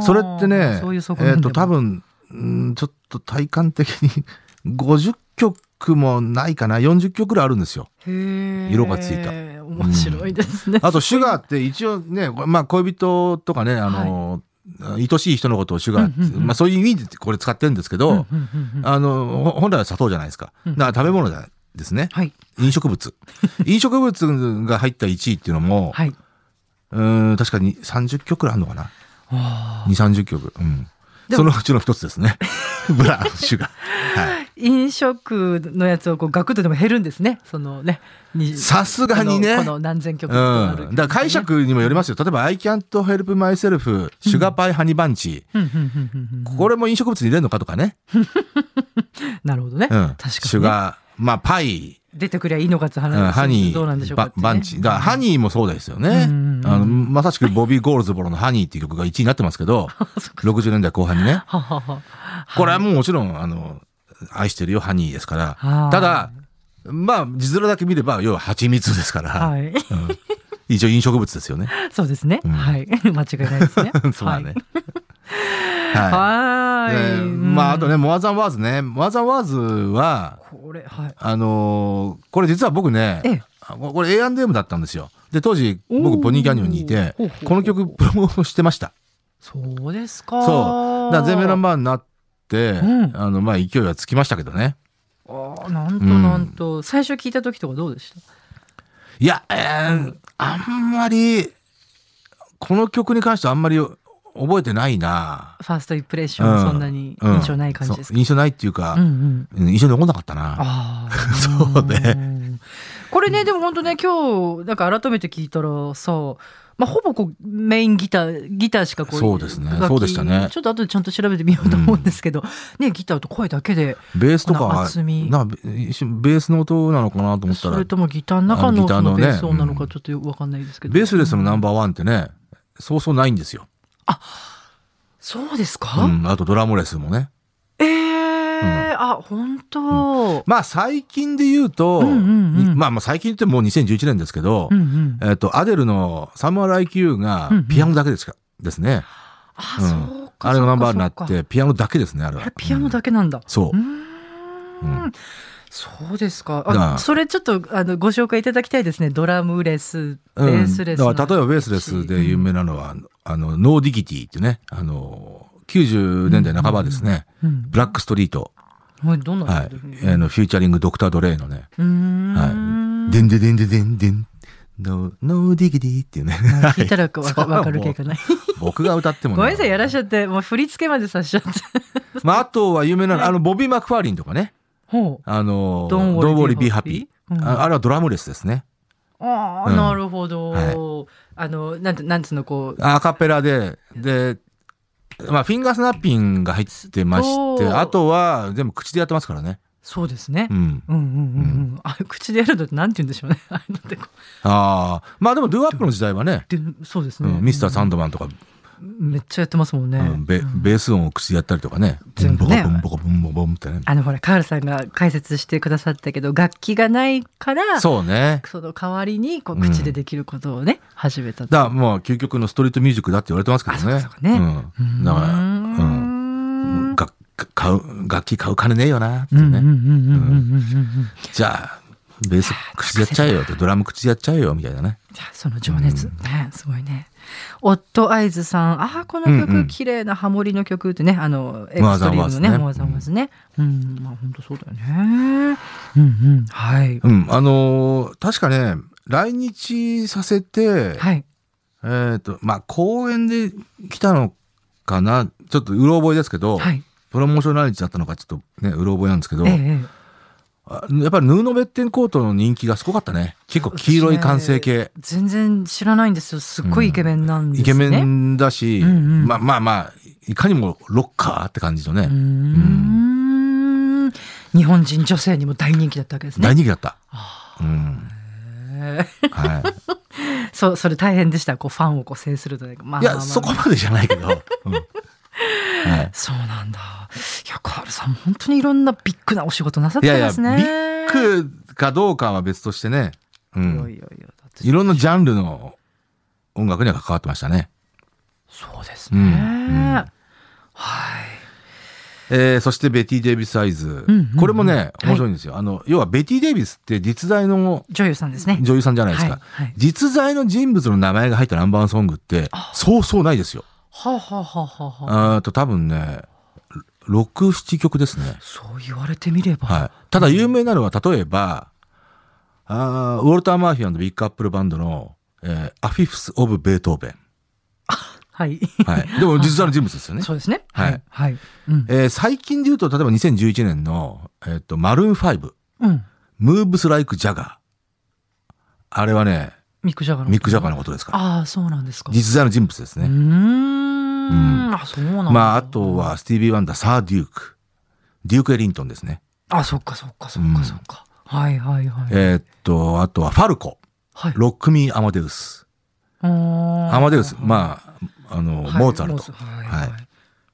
[SPEAKER 2] ー
[SPEAKER 3] それってね、
[SPEAKER 2] そういう側
[SPEAKER 3] え
[SPEAKER 2] 面
[SPEAKER 3] っ、
[SPEAKER 2] でも
[SPEAKER 3] と、多分、うんちょっと体感的に 50曲もないかな、40曲ぐらいあるんですよ。色
[SPEAKER 2] 色
[SPEAKER 3] がついた
[SPEAKER 2] 面白いですね。
[SPEAKER 3] あと、シュガーって一応ね、まあ、恋人とかね、あの、愛しい人のことをシュガーって、
[SPEAKER 2] うんうんうん
[SPEAKER 3] まあ、そういう意味でこれ使ってるんですけど、
[SPEAKER 2] うんうんうんうん
[SPEAKER 3] あの、ほ本来は砂糖じゃないですか。
[SPEAKER 2] うん
[SPEAKER 3] だから食べ物だですね。
[SPEAKER 2] はい
[SPEAKER 3] 飲食物。飲食物が入った1位っていうのも、
[SPEAKER 2] はい。
[SPEAKER 3] うん、確かに30曲くらいあるのかな。
[SPEAKER 2] あー
[SPEAKER 3] 2、30曲。うん。
[SPEAKER 2] で
[SPEAKER 3] そ
[SPEAKER 2] も
[SPEAKER 3] のうちの一つですね。 ブラウンシュガー。はい。
[SPEAKER 2] 飲食のやつをこうガクッとでも減るんですね。そのね。に
[SPEAKER 3] さすがに
[SPEAKER 2] こ
[SPEAKER 3] ね
[SPEAKER 2] のこの何千曲となる
[SPEAKER 3] うん、だから解釈にもよりますよ。例えば、I can't help myself, シュガーパイハニーバンチ。
[SPEAKER 2] うんうんうんうんうん
[SPEAKER 3] これも飲食物に入れるのかとかね。
[SPEAKER 2] なるほどね。
[SPEAKER 3] うん。
[SPEAKER 2] 確か
[SPEAKER 3] シ
[SPEAKER 2] に
[SPEAKER 3] ュ
[SPEAKER 2] ね。
[SPEAKER 3] ガー、まあ、パイ、
[SPEAKER 2] 出てくりゃいいのかって
[SPEAKER 3] うん
[SPEAKER 2] 話
[SPEAKER 3] ハニ
[SPEAKER 2] どうなんでしょ
[SPEAKER 3] ー、
[SPEAKER 2] うか
[SPEAKER 3] バ
[SPEAKER 2] ってね。
[SPEAKER 3] バンチ。だから、ハニーもそうですよね。
[SPEAKER 2] うんうんうん
[SPEAKER 3] あのまさしくボビー・ゴールズボロのハニーっていう曲が1位になってます けど、60年代後半にね。
[SPEAKER 2] ははは
[SPEAKER 3] これはもうもちろん、あの、愛してるよ、ハニーですから
[SPEAKER 2] は。い
[SPEAKER 3] ただ、まあ、字面だけ見れば、要は蜂蜜ですから、
[SPEAKER 2] はい。
[SPEAKER 3] うん一応飲食物ですよね。
[SPEAKER 2] そうですね。
[SPEAKER 3] うん。
[SPEAKER 2] はい。 間違いないですね
[SPEAKER 3] そうだね。
[SPEAKER 2] はい。
[SPEAKER 3] は。
[SPEAKER 2] はいーい
[SPEAKER 3] で
[SPEAKER 2] うん
[SPEAKER 3] まあ、あとね、モアザンワーズね。モアザンワーズは、
[SPEAKER 2] これ、はい。
[SPEAKER 3] あのーこれ実は僕ね
[SPEAKER 2] ええ、
[SPEAKER 3] あここれ A&M だったんですよ。で、当時、
[SPEAKER 2] お
[SPEAKER 3] 僕、
[SPEAKER 2] ー
[SPEAKER 3] ボニーキャニオンにいて
[SPEAKER 2] ほうほうほ、う
[SPEAKER 3] この曲プロモーションしてました。
[SPEAKER 2] そうですか。
[SPEAKER 3] そう。だから、ゼメランバーになって、
[SPEAKER 2] うん
[SPEAKER 3] あの、まあ、勢いはつきましたけどね。
[SPEAKER 2] ああ、なんとなんと、最初聞いた時とかどうでした
[SPEAKER 3] いや、えーあんまり、この曲に関してはあんまり覚えてないな。
[SPEAKER 2] ファーストインプレッション、そんなに
[SPEAKER 3] うん
[SPEAKER 2] 印象ない感じです
[SPEAKER 3] そ
[SPEAKER 2] か、
[SPEAKER 3] う印象ないっていうか
[SPEAKER 2] うん、うん。
[SPEAKER 3] うん印象に残んなかったな。
[SPEAKER 2] ああ。
[SPEAKER 3] そうね
[SPEAKER 2] ん。これね、でも本当ね、今日、なんか改めて聞いたらさ、まあ、ほぼこうメインギター、ギターしかこう、
[SPEAKER 3] そうですね
[SPEAKER 2] 楽器
[SPEAKER 3] そうでしたね
[SPEAKER 2] ちょっと後でちゃんと調べてみようと思うんですけど、ね、ギターと声だけで、
[SPEAKER 3] ベースとか
[SPEAKER 2] この
[SPEAKER 3] は、
[SPEAKER 2] 厚み
[SPEAKER 3] な一瞬ベースの音なのかなと思った
[SPEAKER 2] そ
[SPEAKER 3] ら
[SPEAKER 2] れ、ともギターの中
[SPEAKER 3] あの
[SPEAKER 2] の
[SPEAKER 3] ギター
[SPEAKER 2] そ
[SPEAKER 3] の
[SPEAKER 2] の
[SPEAKER 3] ね
[SPEAKER 2] ベース音なの
[SPEAKER 3] う
[SPEAKER 2] か
[SPEAKER 3] ん
[SPEAKER 2] ちょっとよくわかんないですけど。
[SPEAKER 3] ベースレスのナンバーワンってね、そうそうないんですよ。
[SPEAKER 2] そうですか、
[SPEAKER 3] うん、あとドラムレスもね。
[SPEAKER 2] ええあ、本当、
[SPEAKER 3] まあ最近で言うと、
[SPEAKER 2] うんうんうん
[SPEAKER 3] まあまあ最近ってもう2011年ですけど、
[SPEAKER 2] うんうん。
[SPEAKER 3] えっと、アデルのサムライ Q が
[SPEAKER 2] うんうん
[SPEAKER 3] ピアノだけですか、ですね。
[SPEAKER 2] あ、
[SPEAKER 3] うん
[SPEAKER 2] そうか。
[SPEAKER 3] あれのナンバーにな
[SPEAKER 2] そうか
[SPEAKER 3] って、ピアノだけですね、あれ
[SPEAKER 2] そう
[SPEAKER 3] は。
[SPEAKER 2] かえピアノ
[SPEAKER 3] け、
[SPEAKER 2] だけなんだ。
[SPEAKER 3] そう
[SPEAKER 2] ー。
[SPEAKER 3] う。うん
[SPEAKER 2] そうですか。
[SPEAKER 3] だか
[SPEAKER 2] あ、
[SPEAKER 3] ら
[SPEAKER 2] それちょっと、あの、ご紹介いただきたいですね。ドラムレス、ベ
[SPEAKER 3] うん
[SPEAKER 2] ースレスの。
[SPEAKER 3] だから例えばベースレスで有名なのは、あの、ノーディギティってね、あの、90年代半ばですね、
[SPEAKER 2] うん。
[SPEAKER 3] ブラックストリート、
[SPEAKER 2] うん。はい、どんな
[SPEAKER 3] はい、
[SPEAKER 2] え
[SPEAKER 3] あの、フューチャリングドクター・ドレイのね、
[SPEAKER 2] うーん。
[SPEAKER 3] はい。でんででんででんでん、ノー、ノーディギティっていうね。
[SPEAKER 2] 聞いたらわか
[SPEAKER 3] はいそれはもう
[SPEAKER 2] わかる系かな。
[SPEAKER 3] 僕が歌っても
[SPEAKER 2] ごめんなさい、やらしち
[SPEAKER 3] ゃ
[SPEAKER 2] ゃって、もう振り付けまでさしちゃって。
[SPEAKER 3] まあ、あとは有名な、あの、ボビー・マクファーリンとかね。
[SPEAKER 2] ほう。
[SPEAKER 3] あの、
[SPEAKER 2] Don't worry,
[SPEAKER 3] ドンボリ
[SPEAKER 2] be
[SPEAKER 3] ビーハ
[SPEAKER 2] happy
[SPEAKER 3] ピ
[SPEAKER 2] うん
[SPEAKER 3] ー。ああれはドラムレスですね。
[SPEAKER 2] あ
[SPEAKER 3] う
[SPEAKER 2] あ、
[SPEAKER 3] ん
[SPEAKER 2] なるほど。
[SPEAKER 3] はい
[SPEAKER 2] あの、なんて、なんつうの、こう。
[SPEAKER 3] アカペラで、で、まあ、フィンガースナッピングが入ってまし
[SPEAKER 2] そ
[SPEAKER 3] て、
[SPEAKER 2] う
[SPEAKER 3] あとは全部口でやってますからね。
[SPEAKER 2] そうですね
[SPEAKER 3] う。ん。
[SPEAKER 2] うんうんうんうん。あ口でやるのってなんて言うんでしょうね。あれなんてこう
[SPEAKER 3] ああ、まあでも、ドゥアップの時代はね、
[SPEAKER 2] でそうです
[SPEAKER 3] う
[SPEAKER 2] ね。
[SPEAKER 3] んミスターサンドマンとか、
[SPEAKER 2] めっちゃやってますもんね。
[SPEAKER 3] うんベベース音を口でやったりとかね。ブ
[SPEAKER 2] 全
[SPEAKER 3] ン
[SPEAKER 2] 部
[SPEAKER 3] ボ
[SPEAKER 2] ね
[SPEAKER 3] コブンボコブンボコブンってね。
[SPEAKER 2] あのほら、カールさんが解説してくださったけど、楽器がないから、そ
[SPEAKER 3] そうね。
[SPEAKER 2] の代わりにこう口でできることをね、始めたと。
[SPEAKER 3] だからもう究極のストリートミュージックだって言われてますけど
[SPEAKER 2] あ
[SPEAKER 3] ね。
[SPEAKER 2] そうかそうかね
[SPEAKER 3] うん。だから、うん。
[SPEAKER 2] ん
[SPEAKER 3] が買う楽器買う金ねえよなって
[SPEAKER 2] うん
[SPEAKER 3] ね、
[SPEAKER 2] うんうんうんうんうんうんうん
[SPEAKER 3] じゃあベース口でやっちゃえよってドラム口でやっちゃえよみたいなね
[SPEAKER 2] じゃあその情熱、ねすごいね。夫合図さん、ああ、この曲、
[SPEAKER 3] うんうん
[SPEAKER 2] 綺麗なハモリの曲ってね、あの、エ
[SPEAKER 3] モ
[SPEAKER 2] ク
[SPEAKER 3] ア
[SPEAKER 2] ス
[SPEAKER 3] ザ
[SPEAKER 2] ト
[SPEAKER 3] ン
[SPEAKER 2] リームのね、モ
[SPEAKER 3] モ
[SPEAKER 2] ア
[SPEAKER 3] ア
[SPEAKER 2] ザ
[SPEAKER 3] ザ
[SPEAKER 2] ン
[SPEAKER 3] ン
[SPEAKER 2] ワー
[SPEAKER 3] ワー
[SPEAKER 2] ズ
[SPEAKER 3] ズ
[SPEAKER 2] ね。うん、まあ本当そうだよね。うんうん、はい。
[SPEAKER 3] うんあのー確かね来日させて、
[SPEAKER 2] はい。
[SPEAKER 3] えっ、とまあ公演で来たのかなちょっとうろ覚えですけど、
[SPEAKER 2] はい。
[SPEAKER 3] プロモーション来日だったのかちょっとねうろ覚えなんですけど、
[SPEAKER 2] ええ。
[SPEAKER 3] あやっぱりヌーノ・ベッテンコートの人気がすごかったね結構黄色い完成形、
[SPEAKER 2] 全然知らないんですよ。すっごいイケメンなんですね。
[SPEAKER 3] イケメンだし、
[SPEAKER 2] うんうん
[SPEAKER 3] まあまあまあいかにもロッカーって感じのね、
[SPEAKER 2] うーん。日本人女性にも大人気だったわけですね
[SPEAKER 3] 大。人気だった、
[SPEAKER 2] あ
[SPEAKER 3] うん
[SPEAKER 2] へえ
[SPEAKER 3] はい
[SPEAKER 2] そう、それ大変でした。こう、ファンをこう制するというか。まあ
[SPEAKER 3] い
[SPEAKER 2] まあまあ
[SPEAKER 3] や、そこまでじゃないけど。 うんはい
[SPEAKER 2] そうなんだ。いや、カールさん、本当にいろんなビッグなお仕事なさっ
[SPEAKER 3] い
[SPEAKER 2] て
[SPEAKER 3] やいや、
[SPEAKER 2] ま
[SPEAKER 3] ビ
[SPEAKER 2] すね。
[SPEAKER 3] ッグかどうかは別としてね、う
[SPEAKER 2] いや
[SPEAKER 3] ん、
[SPEAKER 2] いやいや、だって
[SPEAKER 3] いろんなジャンルの音楽には関わってましたね。
[SPEAKER 2] そうです
[SPEAKER 3] う
[SPEAKER 2] ね。
[SPEAKER 3] んうん
[SPEAKER 2] はい。
[SPEAKER 3] えーそしてベティ・デイビス・サイズ、
[SPEAKER 2] うんうんうん
[SPEAKER 3] これもね、
[SPEAKER 2] はい
[SPEAKER 3] 面白いんですよ。あの、要はベティ・デイビスって実在の
[SPEAKER 2] 女優さんですね。
[SPEAKER 3] 女優さんじゃないです
[SPEAKER 2] はい。
[SPEAKER 3] か。
[SPEAKER 2] はい。
[SPEAKER 3] 実在の人物の名前が入ったナンバーワンソングって、そうそうないですよ。
[SPEAKER 2] はあ、はあはあはあはあ、
[SPEAKER 3] あーと、多分ね、6、7曲ですね。
[SPEAKER 2] そう言われてみれば。
[SPEAKER 3] はい。ただ有名なのは、例えば、あーウォルター・マーフィービッグアップルバンドの、えーアフィフス・オブ・ベートーベン。
[SPEAKER 2] はい。
[SPEAKER 3] はい。でも実在の人物ですよね。
[SPEAKER 2] そうですね。
[SPEAKER 3] はい。
[SPEAKER 2] はい。うん。
[SPEAKER 3] えー最近で言うと、例えば2011年の、えっと、マルーン5、
[SPEAKER 2] うん。
[SPEAKER 3] ムーブス・ライク・ジャガー。あれはね、
[SPEAKER 2] ミック・ジャガーの。
[SPEAKER 3] ミック・ジャガーのことですから。
[SPEAKER 2] ああ、そうなんですか。
[SPEAKER 3] 実在の人物です
[SPEAKER 2] うー
[SPEAKER 3] ね。
[SPEAKER 2] ん。あ、そうなんだ
[SPEAKER 3] まあ、あと。は、スティービー・ワンダー、サー・デューク。デューク・エリントンですね。
[SPEAKER 2] あ、そっかそっかそっ
[SPEAKER 3] う
[SPEAKER 2] か
[SPEAKER 3] ん
[SPEAKER 2] そっか。はいはいはい。
[SPEAKER 3] えっと、あとは、ファルコ。
[SPEAKER 2] はい。
[SPEAKER 3] ロック・ミー・アマデウス。ア
[SPEAKER 2] ア
[SPEAKER 3] マデウス、まあ、あの、モーツァルト。
[SPEAKER 2] はい。
[SPEAKER 3] はい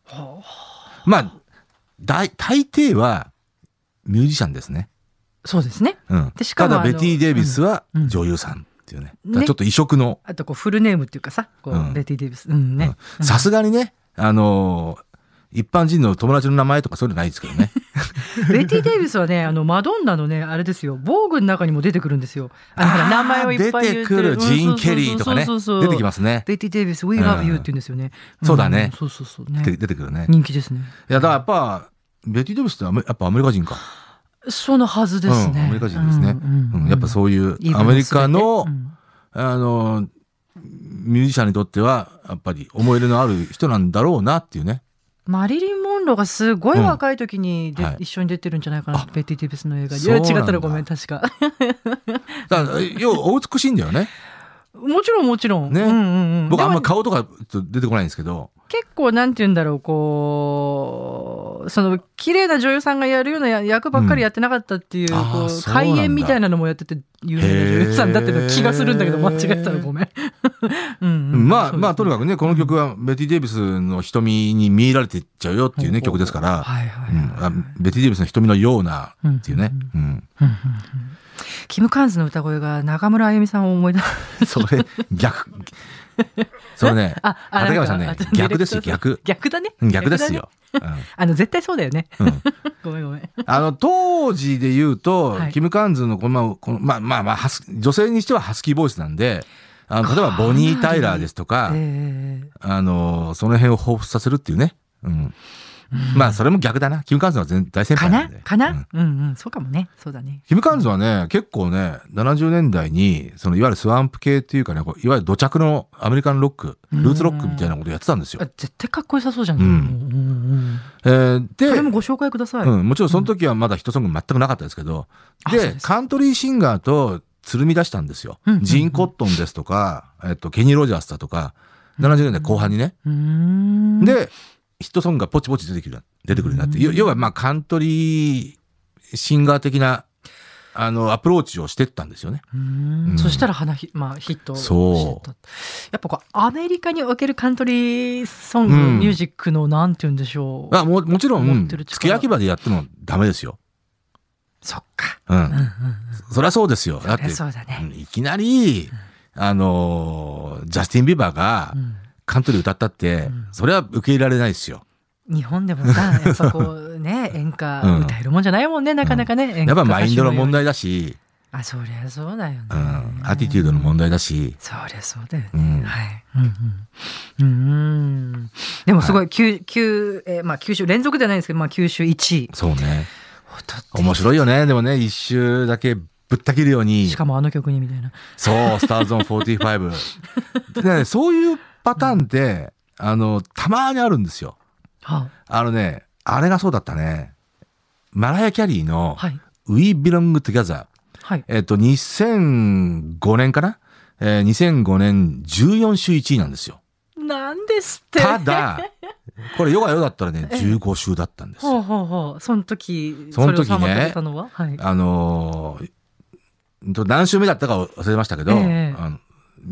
[SPEAKER 2] はあ
[SPEAKER 3] まあ、大、大抵は、ミュージシャンですね。
[SPEAKER 2] そうですね。
[SPEAKER 3] うん。
[SPEAKER 2] でしかも
[SPEAKER 3] た
[SPEAKER 2] あ
[SPEAKER 3] だ、
[SPEAKER 2] の
[SPEAKER 3] ベティ・デイビスは
[SPEAKER 2] うんうん
[SPEAKER 3] 女優さんっていうね。
[SPEAKER 2] ね
[SPEAKER 3] だからちょっと異色の、
[SPEAKER 2] あとこうフルネームっていうかさ、こう
[SPEAKER 3] うん
[SPEAKER 2] ベティ・デイビス。うんね。
[SPEAKER 3] うんさすがにね、あのー一般人の友達の名前とかそういうのないですけどね。
[SPEAKER 2] ベティ・デイビスはね、あの、マドンナのね、あれですよ、防具の中にも出てくるんですよ。 あの、ほら、
[SPEAKER 3] あー
[SPEAKER 2] 名前をいっぱい言
[SPEAKER 3] 出
[SPEAKER 2] って
[SPEAKER 3] くる、ジーン・ケリーとかね。出てき
[SPEAKER 2] す。
[SPEAKER 3] ますね。
[SPEAKER 2] ベティ・デイビス、We Love You って言うんですよね。ん
[SPEAKER 3] そうだね
[SPEAKER 2] そうそうそう
[SPEAKER 3] 出て
[SPEAKER 2] ね。
[SPEAKER 3] 出てくるね。い
[SPEAKER 2] 人気ですね。
[SPEAKER 3] や、だからやっぱ、ベティ・デイビスってアメやっぱアメリカ人か。
[SPEAKER 2] そのはずですね。
[SPEAKER 3] うんアメリカ人ですね
[SPEAKER 2] うん
[SPEAKER 3] うんやっぱそういう
[SPEAKER 2] イーグルス
[SPEAKER 3] アメリカの、
[SPEAKER 2] 全てうん
[SPEAKER 3] あの、ミュージシャンにとっては、やっぱり思い入れのある人なんだろうなっていうね。
[SPEAKER 2] マリリン・モンローがすごい若い時にで、
[SPEAKER 3] うんはい
[SPEAKER 2] 一緒に出てるんじゃないかな、ベティ・ディビスの映画で。い
[SPEAKER 3] そう
[SPEAKER 2] や、
[SPEAKER 3] な
[SPEAKER 2] 違
[SPEAKER 3] んだ
[SPEAKER 2] ったらごめん、確か。
[SPEAKER 3] だから、要はお美しいんだよね。
[SPEAKER 2] もちろん、もちろん。
[SPEAKER 3] ね
[SPEAKER 2] うんうんうん、
[SPEAKER 3] 僕あ
[SPEAKER 2] で
[SPEAKER 3] んま
[SPEAKER 2] も
[SPEAKER 3] 顔とかちょっと出てこないんですけど。
[SPEAKER 2] 結構、なんて言うんだろう、こう、その、綺麗な女優さんがやるような役ばっかりやってなかったっていう、
[SPEAKER 3] うんあー
[SPEAKER 2] こ
[SPEAKER 3] そう
[SPEAKER 2] う、
[SPEAKER 3] なんだ
[SPEAKER 2] 開演みたいなのもやってて、有名な女優さんだっての気がするんだけど、
[SPEAKER 3] へ
[SPEAKER 2] 間違
[SPEAKER 3] ー
[SPEAKER 2] えたらごめん。 うんうん
[SPEAKER 3] まあ、
[SPEAKER 2] そうですね
[SPEAKER 3] まあ、とにかくね、この曲はベティ・デイビスの瞳に見入られてっちゃうよっていうね、曲ですから、
[SPEAKER 2] はいは
[SPEAKER 3] う
[SPEAKER 2] い
[SPEAKER 3] ん
[SPEAKER 2] はい
[SPEAKER 3] あベティ・デイビスの瞳のようなっていうね。うん
[SPEAKER 2] うんうんうんキム・カンズの歌声が中村あゆみさんを思い出す。
[SPEAKER 3] それ、逆。それね、
[SPEAKER 2] あ、あ
[SPEAKER 3] 畠山さんね
[SPEAKER 2] なんか
[SPEAKER 3] 逆ですよ
[SPEAKER 2] ディレクターさん逆だね。
[SPEAKER 3] 逆です
[SPEAKER 2] だね
[SPEAKER 3] よ。う
[SPEAKER 2] あの、絶対そうだよね。
[SPEAKER 3] んうん
[SPEAKER 2] ごめんごめん。
[SPEAKER 3] あの、当時で言うと、
[SPEAKER 2] はい
[SPEAKER 3] キム・カンズのこの、まあこの、まあまあまあハス、女性にしてはハスキーボイスなんで、あの例えば
[SPEAKER 2] かなり
[SPEAKER 3] ボニー・タイラーですとか、
[SPEAKER 2] ええ
[SPEAKER 3] あの、その辺を彷彿させるっていうね。うん。まあ、それも逆だな。キム・カンズは全大先
[SPEAKER 2] か
[SPEAKER 3] 輩な
[SPEAKER 2] なん
[SPEAKER 3] で。
[SPEAKER 2] か
[SPEAKER 3] うん
[SPEAKER 2] なうんうん。そうかもね。そうだね。
[SPEAKER 3] キム・カンズはね、結構ね、70年代に、そのいわゆるスワンプ系っていうかね、こういわゆる土着のアメリカンロック、ルーツロックみたいなことやってたんです
[SPEAKER 2] あ
[SPEAKER 3] よ。
[SPEAKER 2] 絶対かっこよさそうじゃん。
[SPEAKER 3] うん
[SPEAKER 2] うんうん
[SPEAKER 3] えーで、
[SPEAKER 2] それもご紹介ください。
[SPEAKER 3] うん、もちろんその時はまだヒットソング全くなかったですけど、
[SPEAKER 2] あそう
[SPEAKER 3] で
[SPEAKER 2] で、す
[SPEAKER 3] カントリーシンガーとつるみ出したんですよ。
[SPEAKER 2] うんうんうん
[SPEAKER 3] ジーン・コットンですとか、えっと、ケニー・ロジャースだとか、70年代後半にね。
[SPEAKER 2] うーん、
[SPEAKER 3] で、ヒットソングがポチポチ出てくる、出てくるようになって、よ要はまあカントリーシンガー的な、あの、アプローチをしてったんですよね。
[SPEAKER 2] うーん
[SPEAKER 3] うん
[SPEAKER 2] そしたら花ひ、まあ、ヒット
[SPEAKER 3] そう
[SPEAKER 2] してたやっぱこう、アメリカにおけるカントリーソング、
[SPEAKER 3] うん
[SPEAKER 2] ミュージックの、なんて言うんでしょう。
[SPEAKER 3] まあ、ももちろん、う
[SPEAKER 2] 持っ
[SPEAKER 3] ん
[SPEAKER 2] てる力
[SPEAKER 3] 付け焼き場でやってもダメですよ。
[SPEAKER 2] そっか。
[SPEAKER 3] う
[SPEAKER 2] うんうん
[SPEAKER 3] ん。
[SPEAKER 2] うん。
[SPEAKER 3] そりゃそうですよ。
[SPEAKER 2] そ
[SPEAKER 3] だっ
[SPEAKER 2] りゃ
[SPEAKER 3] て、
[SPEAKER 2] そうだね。
[SPEAKER 3] うんいきなり、あのージャスティン・ビバーが、
[SPEAKER 2] うん
[SPEAKER 3] カントリー歌ったって、
[SPEAKER 2] ん
[SPEAKER 3] それは受け入れられないですよ。
[SPEAKER 2] 日本でも さ、やっぱこうね、演歌歌えるもんじゃないもんね、なかなかね。演
[SPEAKER 3] や
[SPEAKER 2] 歌
[SPEAKER 3] っぱマインドの問
[SPEAKER 2] 歌手よ
[SPEAKER 3] 題だし、
[SPEAKER 2] うに。あ、そりゃそうだよね
[SPEAKER 3] うん、。アティテュードの問題だし、
[SPEAKER 2] そりゃそうだよね。
[SPEAKER 3] うん。
[SPEAKER 2] はい。うんうん。うーん。でもすごい、九九えーまあ九州連続じゃないですけど、まあ九州一位。
[SPEAKER 3] そうね。
[SPEAKER 2] 音って
[SPEAKER 3] 面白いよね。でもね、一周だけぶった切るように
[SPEAKER 2] し、かもあの曲にみたいな。
[SPEAKER 3] そう、スターズオン45。で ね、そういうパターンって、あの、たまにあるんですよ。
[SPEAKER 2] は
[SPEAKER 3] あのね、あれがそうだったね。マラヤ・キャリーの
[SPEAKER 2] あ、はい。
[SPEAKER 3] We Belong Together。
[SPEAKER 2] はい。
[SPEAKER 3] えっと、2005年かなえー、2005年14週1位なんですよ。
[SPEAKER 2] なんですって。
[SPEAKER 3] ただ、これ、ヨガヨだったらね、
[SPEAKER 2] ええ
[SPEAKER 3] 15週だったんです
[SPEAKER 2] ほう
[SPEAKER 3] よ。
[SPEAKER 2] ほうほう。その時、
[SPEAKER 3] その時
[SPEAKER 2] れ
[SPEAKER 3] ね
[SPEAKER 2] を妨げたのははい。
[SPEAKER 3] あのーうんと何週目だったか忘れましたけど、
[SPEAKER 2] ええ
[SPEAKER 3] あの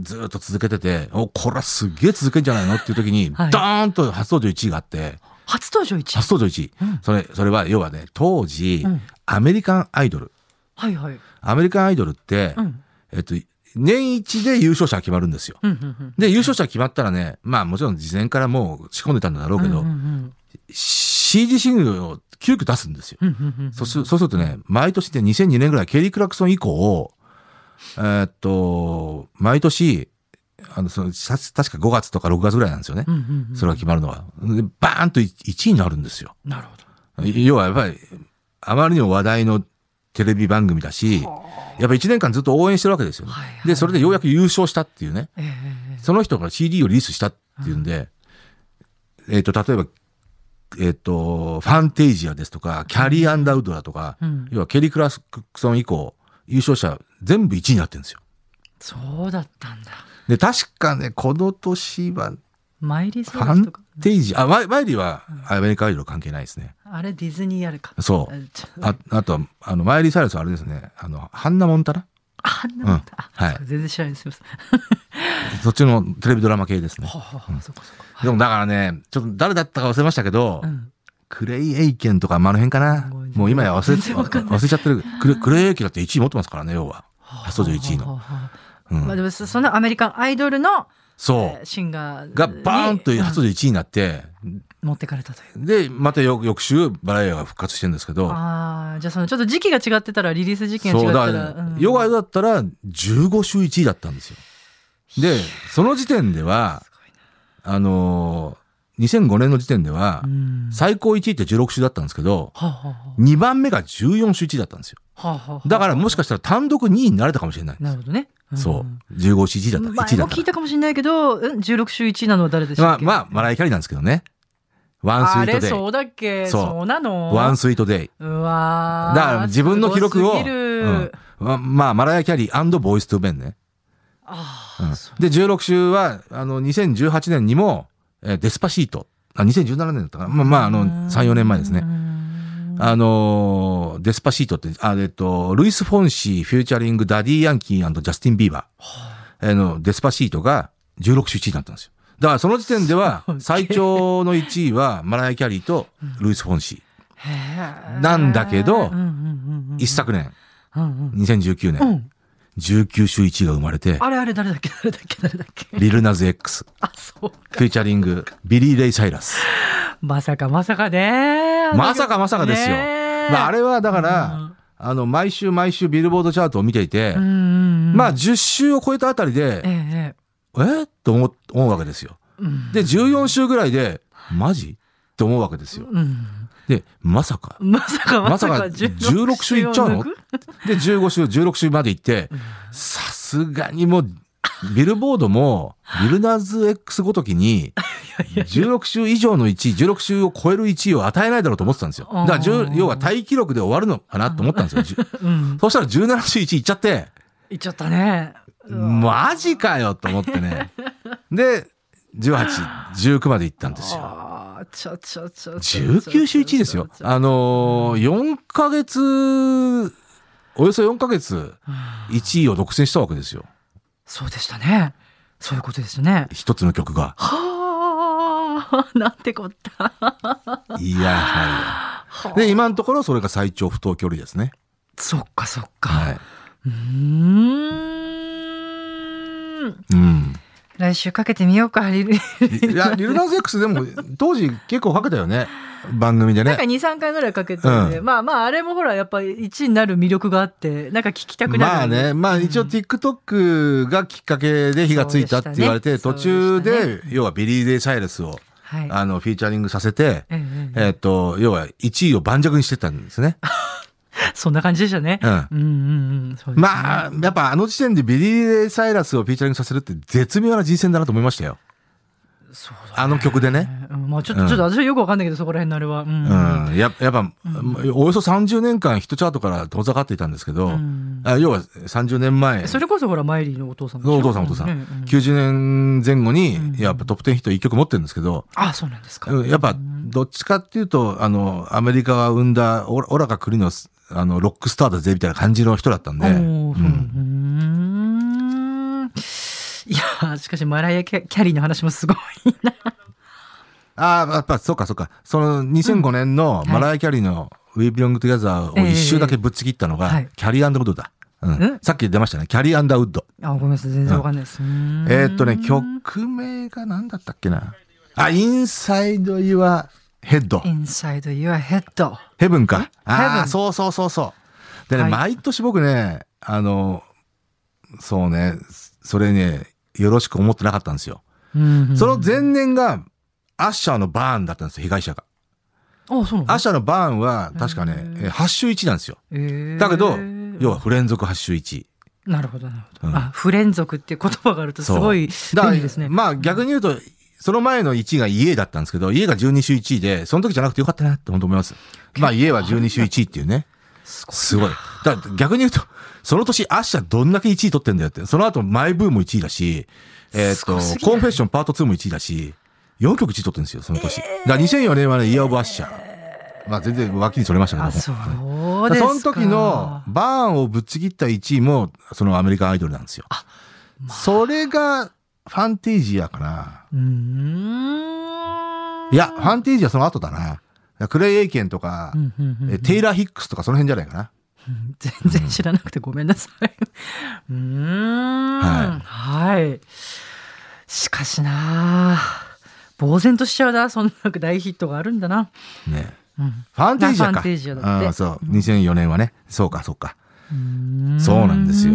[SPEAKER 3] ずーっと続けてて、お、これはすげえ続けんじゃないのっていう時に、
[SPEAKER 2] はい
[SPEAKER 3] ドーンと初登場1位があって、
[SPEAKER 2] 初登場一位。
[SPEAKER 3] 初登場1位。
[SPEAKER 2] うん
[SPEAKER 3] それ、それは要はね、当時、
[SPEAKER 2] うん
[SPEAKER 3] アメリカンアイドル。
[SPEAKER 2] はいはい。
[SPEAKER 3] アメリカンアイドルって、
[SPEAKER 2] うん。
[SPEAKER 3] えっと、年一で優勝者が決まるんですよ。
[SPEAKER 2] うんうんうん。
[SPEAKER 3] で、優勝者が決まったらね、まあもちろん事前からもう仕込んでたんだろうけど、
[SPEAKER 2] うんうんうん。
[SPEAKER 3] CD シングルを急遽出すんですよ。
[SPEAKER 2] うんうんうんうん
[SPEAKER 3] そうするそうするとね、毎年で2002年ぐらい、ケリー・クラクソン以降、えーっと、毎年、あの、その、さ確か5月とか6月ぐらいなんですよね
[SPEAKER 2] う。んうんうん
[SPEAKER 3] それが決まるのは。で、バーンと1位になるんですよ。
[SPEAKER 2] なるほど。
[SPEAKER 3] 要はやっぱり、あまりにも話題のテレビ番組だし、やっぱ1年間ずっと応援してるわけですよね
[SPEAKER 2] はいはい。
[SPEAKER 3] で、それでようやく優勝したっていうね。
[SPEAKER 2] ええ
[SPEAKER 3] その人が CD をリリースしたっていうんで、えっ、と、例えば、えっ、と、ファンテージアですとか、キャリー・アンダーウッドだとか、
[SPEAKER 2] うん
[SPEAKER 3] 要はケリー・クラスクソン以降、優勝者全部1位になってるんですよ。
[SPEAKER 2] そうだったんだ。
[SPEAKER 3] で、確かね、この年は、
[SPEAKER 2] マイリー・
[SPEAKER 3] フ
[SPEAKER 2] サイ
[SPEAKER 3] ァ
[SPEAKER 2] ラスと
[SPEAKER 3] ン
[SPEAKER 2] か。
[SPEAKER 3] テージ、あ、ワイワイリーはアメリカアイドル関係ないですね。
[SPEAKER 2] あれディズニーやるか。
[SPEAKER 3] そ
[SPEAKER 2] あ
[SPEAKER 3] う。
[SPEAKER 2] ちょ
[SPEAKER 3] ああとは、あの、マイリー・サイラスはあれですね、あの、ハンナ・モンタラ
[SPEAKER 2] あんなもんだ
[SPEAKER 3] う
[SPEAKER 2] あ
[SPEAKER 3] んはい
[SPEAKER 2] そうか全然知らないです。すいま
[SPEAKER 3] そっちのテレビドラマ系ですね
[SPEAKER 2] せん。はあはあはあそっかそっか。はい
[SPEAKER 3] でもだからね、ちょっと誰だったか忘れましたけど、
[SPEAKER 2] うん
[SPEAKER 3] クレイエイケンとか、まああの辺かな
[SPEAKER 2] ごめん。
[SPEAKER 3] もう今や忘れ
[SPEAKER 2] 全然わかんない
[SPEAKER 3] 忘れちゃってる。クレクレイエイケンだって1位持ってますからね、要は。初登場1位の。
[SPEAKER 2] はあはあは
[SPEAKER 3] う
[SPEAKER 2] あまあ
[SPEAKER 3] ん、
[SPEAKER 2] でもそそのアメリカンアイドルの
[SPEAKER 3] そ
[SPEAKER 2] えーシンガー
[SPEAKER 3] う。がバーンと
[SPEAKER 2] にうん
[SPEAKER 3] 初登場1位になって、
[SPEAKER 2] 持ってかれたという。
[SPEAKER 3] で、また翌翌週、バラエが復活してるんですけど、
[SPEAKER 2] ああじゃあそのちょっと時期が違ってたらリリース時期が違
[SPEAKER 3] そ
[SPEAKER 2] っ
[SPEAKER 3] う、
[SPEAKER 2] た。
[SPEAKER 3] だかららね
[SPEAKER 2] う、ん
[SPEAKER 3] ヨガだったら15週1位だったんですよ。で、その時点では
[SPEAKER 2] す、ごいな
[SPEAKER 3] あの2005年の時点では
[SPEAKER 2] う、ん
[SPEAKER 3] 最高1位って16週だったんですけど、
[SPEAKER 2] はあは
[SPEAKER 3] 2番目が14週1位だったんですよ。
[SPEAKER 2] あはあはあはあ
[SPEAKER 3] だからもしかしたら単独2位になれたかもしれない。
[SPEAKER 2] なるほどね。ん
[SPEAKER 3] そう。15週1位だった。1
[SPEAKER 2] 前
[SPEAKER 3] 位だ
[SPEAKER 2] も
[SPEAKER 3] った
[SPEAKER 2] 聞い。たかもしれないけど、うん16週1位なのは誰でした
[SPEAKER 3] ま
[SPEAKER 2] っ
[SPEAKER 3] あ、
[SPEAKER 2] け
[SPEAKER 3] まあ、マライキャリーなんですけどね。ワンスイ
[SPEAKER 2] あ
[SPEAKER 3] ート
[SPEAKER 2] れ、
[SPEAKER 3] デイ。
[SPEAKER 2] そうだっけ
[SPEAKER 3] そう
[SPEAKER 2] そうなの
[SPEAKER 3] ワンスイートデイ。
[SPEAKER 2] うわー
[SPEAKER 3] だから自分の記録を、
[SPEAKER 2] すごすぎる
[SPEAKER 3] うんままあ、マライア・キャリーボーイス・トゥ・ベンね。
[SPEAKER 2] あ
[SPEAKER 3] うん
[SPEAKER 2] ーそう
[SPEAKER 3] で、16週は、あの、2018年にも、えーデスパシート。あ、2017年だったかな。まあ、まあ、あの、3、4年前です
[SPEAKER 2] う
[SPEAKER 3] ね。
[SPEAKER 2] ん
[SPEAKER 3] あのーデスパシートって、あえっと、ルイス・フォンシー、フューチャリング、ダディ・ヤンキージャスティン・ビーバー。あの、デスパシートが16週1位だったんですよ。だからその時点では
[SPEAKER 2] すげえ、
[SPEAKER 3] 最長の1位はマライア・キャリーとルイス・フォンシ
[SPEAKER 2] へー
[SPEAKER 3] なんだけど
[SPEAKER 2] うんうんうんうん
[SPEAKER 3] ー。一昨年、
[SPEAKER 2] うんうん
[SPEAKER 3] 2019
[SPEAKER 2] う
[SPEAKER 3] 年、
[SPEAKER 2] ん
[SPEAKER 3] 19週1位が生まれて、
[SPEAKER 2] あれあれ誰だっけ誰だっけ誰だっけ
[SPEAKER 3] リルナズ X、
[SPEAKER 2] あそう
[SPEAKER 3] フューチャリング、ビリー・レイ・サイラス。
[SPEAKER 2] まさかまさかね
[SPEAKER 3] まさかまさかですよ。まあ、あ
[SPEAKER 2] れ
[SPEAKER 3] れはだか
[SPEAKER 2] う
[SPEAKER 3] ら
[SPEAKER 2] ん、
[SPEAKER 3] あの、毎週毎週ビルボードチャートを見ていて、ま
[SPEAKER 2] ま
[SPEAKER 3] あ、10週を超えたあたりで
[SPEAKER 2] え、え
[SPEAKER 3] えっと思う思うわけですよ。
[SPEAKER 2] うん
[SPEAKER 3] で、14週ぐらいで、マジと思うわけですよ。
[SPEAKER 2] うん
[SPEAKER 3] で、まさか。
[SPEAKER 2] まさかま
[SPEAKER 3] ま
[SPEAKER 2] さ
[SPEAKER 3] さ
[SPEAKER 2] か
[SPEAKER 3] か16週いっちゃう
[SPEAKER 2] 16
[SPEAKER 3] の
[SPEAKER 2] を抜く
[SPEAKER 3] で、15週、16週まで行って、さすがにもう、ビルボードも、ビルナーズ X ごと きに、16週以上の1位、16週を超える1位を与えないだろうと思ってたんですよ。だから
[SPEAKER 2] あ
[SPEAKER 3] 10、
[SPEAKER 2] ー
[SPEAKER 3] 要は大記録で終わるのかなと思ったんです よじゅ。
[SPEAKER 2] うん
[SPEAKER 3] そしたら17週1位いっちゃって、
[SPEAKER 2] いっちゃったねうわ
[SPEAKER 3] マジかよと思ってね。で、18、19まで行ったんですよ。
[SPEAKER 2] あーちょちょちょちょ
[SPEAKER 3] 19週1位ですよ。
[SPEAKER 2] ちょちょちょ
[SPEAKER 3] あのー、4ヶ月、およそ4ヶ月、1位を独占したわけですよ。
[SPEAKER 2] そうでしたねそういうことですね
[SPEAKER 3] 一つの曲が。
[SPEAKER 2] はあなんてこった
[SPEAKER 3] いや、はい。で、今のところそれが最長不当距離ですね。
[SPEAKER 2] そっかそっか、
[SPEAKER 3] はいう
[SPEAKER 2] ーん。
[SPEAKER 3] うん。
[SPEAKER 2] 来週かけてみようかリル
[SPEAKER 3] いや、リルナーズ X でも、当時結構かけたよね。番組で
[SPEAKER 2] なん
[SPEAKER 3] ね
[SPEAKER 2] か。23回ぐらいかけてて、
[SPEAKER 3] うん
[SPEAKER 2] まあまああれもほらやっぱり1位になる魅力があってなんか聞きたくなる
[SPEAKER 3] まあね、まあ一応 TikTok がきっかけで火がついたって言われて、
[SPEAKER 2] そう
[SPEAKER 3] 途
[SPEAKER 2] でしたねそうで
[SPEAKER 3] 中で、要はビリー・デイ・サイレスを、
[SPEAKER 2] はい
[SPEAKER 3] あの、フィーチャリングさせて、
[SPEAKER 2] ええええ
[SPEAKER 3] えっと、要は1位を盤石にしてたんですね。
[SPEAKER 2] そんな感じでしたね、
[SPEAKER 3] うん。
[SPEAKER 2] うん、うんうんそうですね
[SPEAKER 3] まあ、やっぱあの時点でビリー・レイ・サイラスをフィーチャリングさせるって絶妙な人選だなと思いましたよ。
[SPEAKER 2] そうだ
[SPEAKER 3] あの曲でね。
[SPEAKER 2] うんまあちょっと、ちょっと私はよくわかんないけど、そこら辺のあれは。うん。
[SPEAKER 3] うん。ややっぱ、およそ30年間ヒットチャートから遠ざかっていたんですけど、
[SPEAKER 2] ん
[SPEAKER 3] あ要は30年前。
[SPEAKER 2] それこそほら、マイリーのお父さんでしょ
[SPEAKER 3] お父さんお父さん。
[SPEAKER 2] うう
[SPEAKER 3] 90年前後に
[SPEAKER 2] うん、
[SPEAKER 3] やっぱトップ10ヒット1曲持ってるんですけど、
[SPEAKER 2] あ、そうなんですか。
[SPEAKER 3] うんやっぱ、
[SPEAKER 2] うん
[SPEAKER 3] どっちかっていうと、あの、アメリカが生んだ、オラオラか国の、あの、ロックスターだぜ、みたいな感じの人だったんで、
[SPEAKER 2] おーそう
[SPEAKER 3] うん
[SPEAKER 2] うーんいや、しかし、マライア・キャキャリーの話もすごい な。
[SPEAKER 3] ああ、やっぱ、そうか、そうか。その2005年の
[SPEAKER 2] うん
[SPEAKER 3] マライア・キャリーの We Belong Together を一周だけぶっちぎったの
[SPEAKER 2] ええ
[SPEAKER 3] が、キャリーウッドだ。うん
[SPEAKER 2] ん
[SPEAKER 3] さっき出ましたね。キャリーウッド。
[SPEAKER 2] あ、ごめんなさい、全然わかんないです。うーん
[SPEAKER 3] えーっとね、曲名が何だったっけな。あ、Inside Your Head。
[SPEAKER 2] Inside Your Head。
[SPEAKER 3] ヘブンか。あ
[SPEAKER 2] Heaven
[SPEAKER 3] あ、そうそうそうそう。でね、
[SPEAKER 2] はい
[SPEAKER 3] 毎年僕ね、あの、そうね、それね、よろしく思ってなかったんですよ。
[SPEAKER 2] うん
[SPEAKER 3] その前年が、アッシャーのバーンだったんですよ、被害者が。
[SPEAKER 2] あ、そうな
[SPEAKER 3] ア
[SPEAKER 2] の
[SPEAKER 3] シャのバーンは確かね、
[SPEAKER 2] うん
[SPEAKER 3] えー8週1なんですよ。
[SPEAKER 2] えー
[SPEAKER 3] だけど、要は不連続8週1。
[SPEAKER 2] なるほど、なるほ
[SPEAKER 3] うん
[SPEAKER 2] ど。あ、不連続っていう言葉があるとすごい
[SPEAKER 3] だか
[SPEAKER 2] 便
[SPEAKER 3] ら
[SPEAKER 2] 利ですね。
[SPEAKER 3] まあ逆に言うと、その前の1位が家だったんですけど、家が12週1位で、その時じゃなくてよかったなって本当思います。まあ家は12週1位っていうね。
[SPEAKER 2] すごい
[SPEAKER 3] すごい。だから逆に言うと、その年アッシャどんだけ1位取ってんだよって。その後マイブーも1位だし、えーっ、
[SPEAKER 2] す
[SPEAKER 3] と
[SPEAKER 2] ごす、ぎない
[SPEAKER 3] コンフェッションパート2も1位だし、4曲1位取ってるんですよ、その年。だから2004年はね、イヤーオブアッシャー。まあ全然脇にそれましたけ
[SPEAKER 2] あ、
[SPEAKER 3] ども。
[SPEAKER 2] そうですか。
[SPEAKER 3] その時のバーンをぶっちぎった1位も、そのアメリカンアイドルなんですよ。それが、ファンテージアかな。
[SPEAKER 2] うーん。
[SPEAKER 3] いや、ファンテージアその後だな。クレイ・エイケンとか
[SPEAKER 2] う、んうんうんうん
[SPEAKER 3] えテイラー・ヒックスとかその辺じゃないかな。
[SPEAKER 2] 全然知らなくてごめんなさい。うーん。
[SPEAKER 3] はい
[SPEAKER 2] はい。しかしな呆然としちゃうな。そんな大ヒットがあるんだな。
[SPEAKER 3] ね。
[SPEAKER 2] うん
[SPEAKER 3] ファンテージアか。
[SPEAKER 2] ファンテージアだって
[SPEAKER 3] あーそう。2004年はね。そうか、そうか。
[SPEAKER 2] うーん
[SPEAKER 3] そうなんです
[SPEAKER 2] い
[SPEAKER 3] よ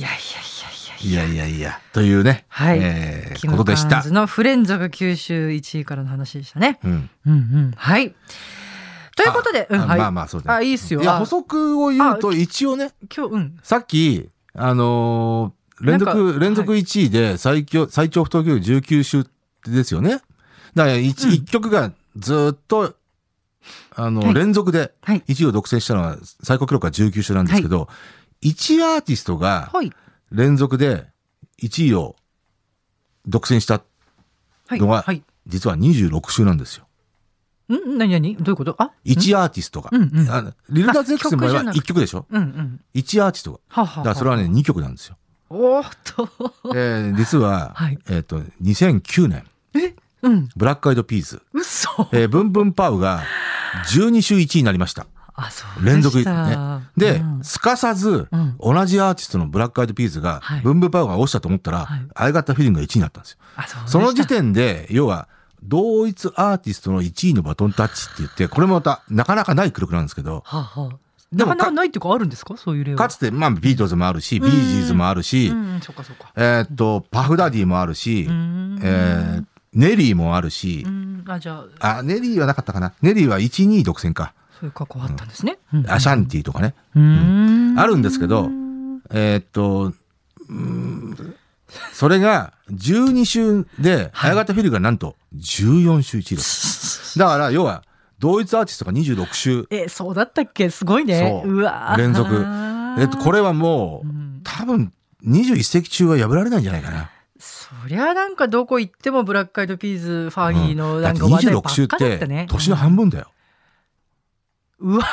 [SPEAKER 2] やいやいやいやい
[SPEAKER 3] いやいやいや、というね、
[SPEAKER 2] はい
[SPEAKER 3] えー
[SPEAKER 2] キ
[SPEAKER 3] こ
[SPEAKER 2] ム・
[SPEAKER 3] と
[SPEAKER 2] カ
[SPEAKER 3] でし
[SPEAKER 2] ーン
[SPEAKER 3] た
[SPEAKER 2] ズ。のフレンズが九州1位からの話でしたね。
[SPEAKER 3] うん。
[SPEAKER 2] うんうん。はい。ということで、
[SPEAKER 3] あ
[SPEAKER 2] うん、
[SPEAKER 3] あ
[SPEAKER 2] はい。
[SPEAKER 3] まあまあそうだね
[SPEAKER 2] あ、いいっすよ。
[SPEAKER 3] いや、
[SPEAKER 2] あ
[SPEAKER 3] 補足を言うと、一応ね、
[SPEAKER 2] 今日、うん。
[SPEAKER 3] さっき、あのー連
[SPEAKER 2] なん
[SPEAKER 3] 続、
[SPEAKER 2] か
[SPEAKER 3] 連続
[SPEAKER 2] は
[SPEAKER 3] 1位で最強、最長不当記録19週ですよね。だから 1,、一
[SPEAKER 2] うん
[SPEAKER 3] 一曲がずっと、あの、
[SPEAKER 2] はい
[SPEAKER 3] 連続で
[SPEAKER 2] はい
[SPEAKER 3] 1位を独占したのは、最高記録が19週なんですけど、一1アーティストが
[SPEAKER 2] はい。
[SPEAKER 3] 連続で1位を独占した、
[SPEAKER 2] はい。
[SPEAKER 3] のが
[SPEAKER 2] はい。
[SPEAKER 3] 実は26週なんですよ。
[SPEAKER 2] ん何何どういうことあ
[SPEAKER 3] 1アーティストが。
[SPEAKER 2] うんうん
[SPEAKER 3] あのリルダーズ X の場合は
[SPEAKER 2] あ曲じゃなく
[SPEAKER 3] 1曲でしょ
[SPEAKER 2] うんうん。
[SPEAKER 3] ?1 アーティストが。
[SPEAKER 2] はあはあはあ
[SPEAKER 3] だからそれはね、2曲なんですよ。
[SPEAKER 2] おーっと。
[SPEAKER 3] えー実は、
[SPEAKER 2] はい
[SPEAKER 3] えっ、と、2009年、
[SPEAKER 2] えうん。
[SPEAKER 3] ブラックアイドピース、
[SPEAKER 2] 嘘。
[SPEAKER 3] えー、ブンブンパウが12週1位になりました。
[SPEAKER 2] あ、そうでした。
[SPEAKER 3] 連続ね。で、
[SPEAKER 2] うん
[SPEAKER 3] すかさず、
[SPEAKER 2] うん
[SPEAKER 3] 同じアーティストのブラックアイドピースが、
[SPEAKER 2] はい
[SPEAKER 3] ブンブンパウが落ちたと思ったら、
[SPEAKER 2] はい
[SPEAKER 3] アイガッタフィーリングが1位になったんですよ。
[SPEAKER 2] あ、そうでした
[SPEAKER 3] その時点で、要は、同一アーティストの1位のバトンタッチって言って、これもまた、なかなかない記録なんですけど、
[SPEAKER 2] はあはあ。
[SPEAKER 3] で
[SPEAKER 2] な
[SPEAKER 3] も
[SPEAKER 2] かな
[SPEAKER 3] か
[SPEAKER 2] かないっていうかあるんですかそういう例は。
[SPEAKER 3] かつて、まあ、ビートルズもあるし、
[SPEAKER 2] ん
[SPEAKER 3] ビージーズもあるし、
[SPEAKER 2] うん、そっかそっか。
[SPEAKER 3] えーっと、パフダディもあるし、
[SPEAKER 2] ん
[SPEAKER 3] えーネリーもあるし、
[SPEAKER 2] うん、あ、じゃあ、
[SPEAKER 3] あ、ネリーはなかったかな。ネリーは1、2独占か。
[SPEAKER 2] そういう過去あったんですね。うん
[SPEAKER 3] アシャンティとかね。
[SPEAKER 2] うん。
[SPEAKER 3] あるんですけど
[SPEAKER 2] うん
[SPEAKER 3] えーっと、うーんそれが12週で、早方フィルがなんと14週1位だった。だから、要は、同一アーティストが26週、
[SPEAKER 2] え、そうだったっけすごいね。
[SPEAKER 3] そう
[SPEAKER 2] うわ
[SPEAKER 3] 連続えっと、こ
[SPEAKER 2] れ。
[SPEAKER 3] れはもう
[SPEAKER 2] うん、
[SPEAKER 3] 多分、21世紀中は破られないんじゃないかな。
[SPEAKER 2] そりゃなんかどこ行ってもブラックアイドピーズ、ファーギーのな
[SPEAKER 3] だっ
[SPEAKER 2] ん
[SPEAKER 3] て
[SPEAKER 2] か話題ばっ
[SPEAKER 3] 26週っ
[SPEAKER 2] かだったね
[SPEAKER 3] て。、年の半分だよ。
[SPEAKER 2] うわ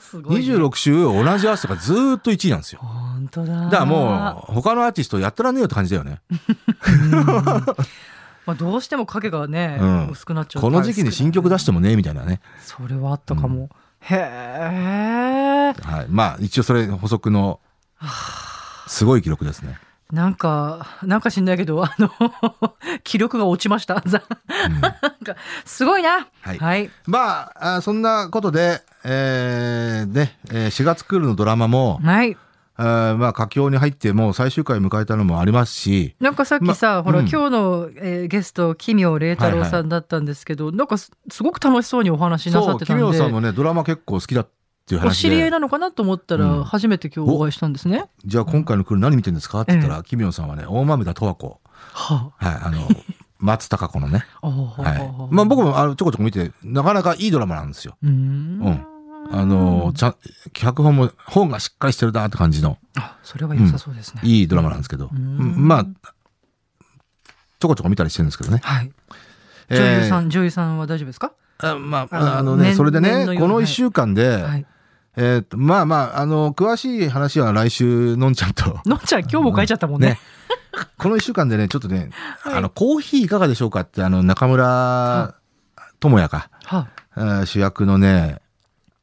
[SPEAKER 2] すごい、ね。
[SPEAKER 3] 26週、同じアーティストがずーっと1位なんですよ。
[SPEAKER 2] 本当だ。
[SPEAKER 3] だからもう、他のアーティストやったらねえよって感じだよね。
[SPEAKER 2] うん。まあどうしても影がね、
[SPEAKER 3] うん
[SPEAKER 2] 薄くなっちゃう。
[SPEAKER 3] この時期に新曲出してもねえみたいなね。
[SPEAKER 2] それはあったかも。へえ。
[SPEAKER 3] はい。まあ、一応それ補足の、すごい記録ですね。
[SPEAKER 2] なんか、なんか知んないけど、あの、 気力が落ちました。ざなんか、すごいな。
[SPEAKER 3] はい
[SPEAKER 2] はい。
[SPEAKER 3] まああ、そんなことで、えー、ね、えー4月クールのドラマも、
[SPEAKER 2] はい
[SPEAKER 3] えーまあ、佳境に入ってもう最終回迎えたのもありますし、
[SPEAKER 2] なんかさっきさ、
[SPEAKER 3] ま
[SPEAKER 2] ほら、
[SPEAKER 3] うん
[SPEAKER 2] 今日の、えーゲスト、奇妙麗太郎さんだったんですけど、なんかすすごく楽しそうにお話しなさ
[SPEAKER 3] そ
[SPEAKER 2] っ
[SPEAKER 3] う、
[SPEAKER 2] て
[SPEAKER 3] キ
[SPEAKER 2] たん
[SPEAKER 3] ミ
[SPEAKER 2] で、
[SPEAKER 3] オさんもね、ドラマ結構好きだっていう
[SPEAKER 2] お
[SPEAKER 3] 話
[SPEAKER 2] 知り合い
[SPEAKER 3] で、
[SPEAKER 2] なのかなと思ったら、
[SPEAKER 3] うん
[SPEAKER 2] 初めて今日お会いしたんですね。
[SPEAKER 3] じゃあ今回のクール何見てるんですかって言ったら、キミオさんはね、大豆田十和子、
[SPEAKER 2] は
[SPEAKER 3] はい、あ の、松たか子のね、
[SPEAKER 2] あ。
[SPEAKER 3] はい。まあ僕もあのちょこちょこ見て、なかなかいいドラマなんですよ。
[SPEAKER 2] うーん
[SPEAKER 3] うんあの、ちゃん、脚本も、本がしっかりしてるなって感じの、
[SPEAKER 2] あそれは良さそうですね。
[SPEAKER 3] いいドラマなんですけど、
[SPEAKER 2] うん
[SPEAKER 3] うんまあ、ちょこちょこ見たりしてるんですけどね。
[SPEAKER 2] はい。女優さ
[SPEAKER 3] えー
[SPEAKER 2] ん、女優さんは大丈夫ですか
[SPEAKER 3] あま
[SPEAKER 2] あの
[SPEAKER 3] あ、あのね、
[SPEAKER 2] 年
[SPEAKER 3] それでね
[SPEAKER 2] 年の、よう
[SPEAKER 3] この
[SPEAKER 2] はい
[SPEAKER 3] 1週間で、
[SPEAKER 2] はい。
[SPEAKER 3] えーっと、まあまあ、あの、詳しい話は来週、のんちゃ んと。
[SPEAKER 2] のんちゃん、今日も書いちゃったもんね。
[SPEAKER 3] この1週間でね、ちょっとね、
[SPEAKER 2] はい
[SPEAKER 3] あの、コーヒーいかがでしょうかって、あの、中村智也か、
[SPEAKER 2] は
[SPEAKER 3] えー主役のね、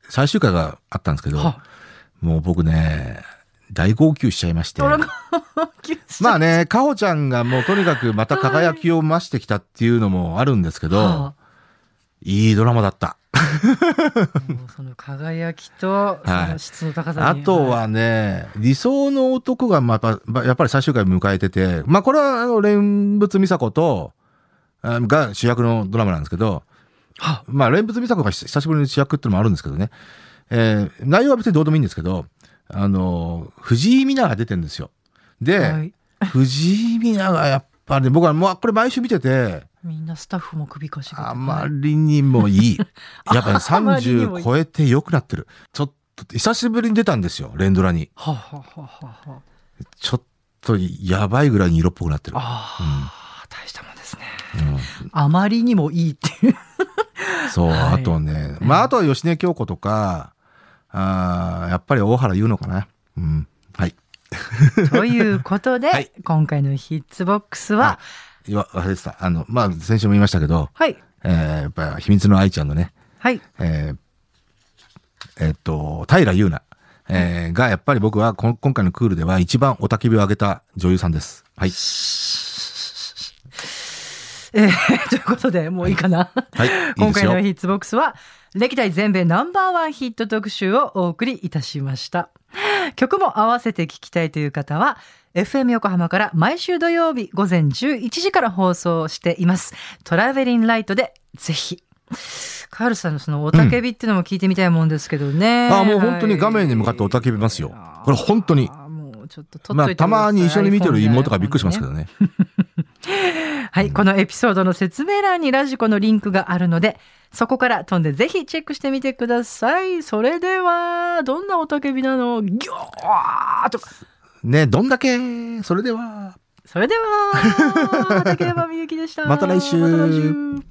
[SPEAKER 3] 最終回があったんですけ
[SPEAKER 2] あ。
[SPEAKER 3] ど、
[SPEAKER 2] は
[SPEAKER 3] もう僕ね、大号泣しちゃいまして。
[SPEAKER 2] あ。
[SPEAKER 3] まあ
[SPEAKER 2] ね、
[SPEAKER 3] ね、かほちゃんがもうとにかくまた輝きを増してきたっていうのもあるんですけど、、
[SPEAKER 2] はい
[SPEAKER 3] いドラマだった。
[SPEAKER 2] あもうその輝きと、そ
[SPEAKER 3] はい
[SPEAKER 2] の質の高さに
[SPEAKER 3] あとはね、理想の男がまた、ばやっぱり最終回迎えてて、まあこれはあの、蓮仏美佐子と、あが主役のドラマなんですけど、
[SPEAKER 2] は
[SPEAKER 3] まあ蓮仏美佐子が久久しぶりに主役ってのもあるんですけどね、えー内容は別にどうでもいいんですけど、あの、藤井美奈が出てるんですよ。で、
[SPEAKER 2] あはい
[SPEAKER 3] 藤井美奈がやっぱり、ね、僕はもうこれ毎週見てて、
[SPEAKER 2] みんなスタッフも首かしげて
[SPEAKER 3] あまりにもいい。 やっぱり
[SPEAKER 2] あまりにもい
[SPEAKER 3] 30
[SPEAKER 2] い
[SPEAKER 3] 超えて良くなってる。ちょっと、久しぶりに出たんですよ、連ドラに。
[SPEAKER 2] はあはあはあはあは
[SPEAKER 3] ちょっと、やばいぐらいに色っぽくなってる。
[SPEAKER 2] ああー大したもんですね
[SPEAKER 3] う
[SPEAKER 2] あまりにもいいっていう
[SPEAKER 3] んそう、
[SPEAKER 2] はい
[SPEAKER 3] あとね。まあ、あとは芳根京子とか、あーやっぱり大原言うのかな。うん。はい。
[SPEAKER 2] ということで、
[SPEAKER 3] はい
[SPEAKER 2] 今回のヒッツボックスは
[SPEAKER 3] あいや忘れてた。あの、まあ、先週も言いましたけど、
[SPEAKER 2] はい
[SPEAKER 3] えーやっぱ、秘密の愛ちゃんのね、
[SPEAKER 2] はい
[SPEAKER 3] えーえっと、平優奈、えーがやっぱり僕はこん今回のクールでは一番おたきびを上げた女優さんです。はい。
[SPEAKER 2] えーということでもういいかな、
[SPEAKER 3] はい。いい
[SPEAKER 2] 今
[SPEAKER 3] です
[SPEAKER 2] 回
[SPEAKER 3] よ
[SPEAKER 2] の。ヒッツボックスは歴代全米ナンバーワンヒット特集をお送りいたしました曲も合わせて聴きたいという方は FM 横浜から毎週土曜日午前11時から放送しています。トラベリンライトでぜひ。カールさんのそのおたけびっていうのも聞いてみたいもんですけどね。
[SPEAKER 3] あもう本当に画面に向かっておたけびますよ
[SPEAKER 2] はい
[SPEAKER 3] これ本当に
[SPEAKER 2] あーもうちょっと撮っ
[SPEAKER 3] ま
[SPEAKER 2] と
[SPEAKER 3] あ、
[SPEAKER 2] いて
[SPEAKER 3] た
[SPEAKER 2] ください
[SPEAKER 3] まに一緒に見てる妹がびっくりしますけどね。
[SPEAKER 2] はい、このエピソードの説明欄にラジコのリンクがあるので、そこから飛んでぜひチェックしてみてください。それでは、どんなおたけびなのギョーとか。
[SPEAKER 3] ね、どんだけ、それでは。
[SPEAKER 2] それでは、竹山みゆきでした。
[SPEAKER 3] また来週
[SPEAKER 2] また来週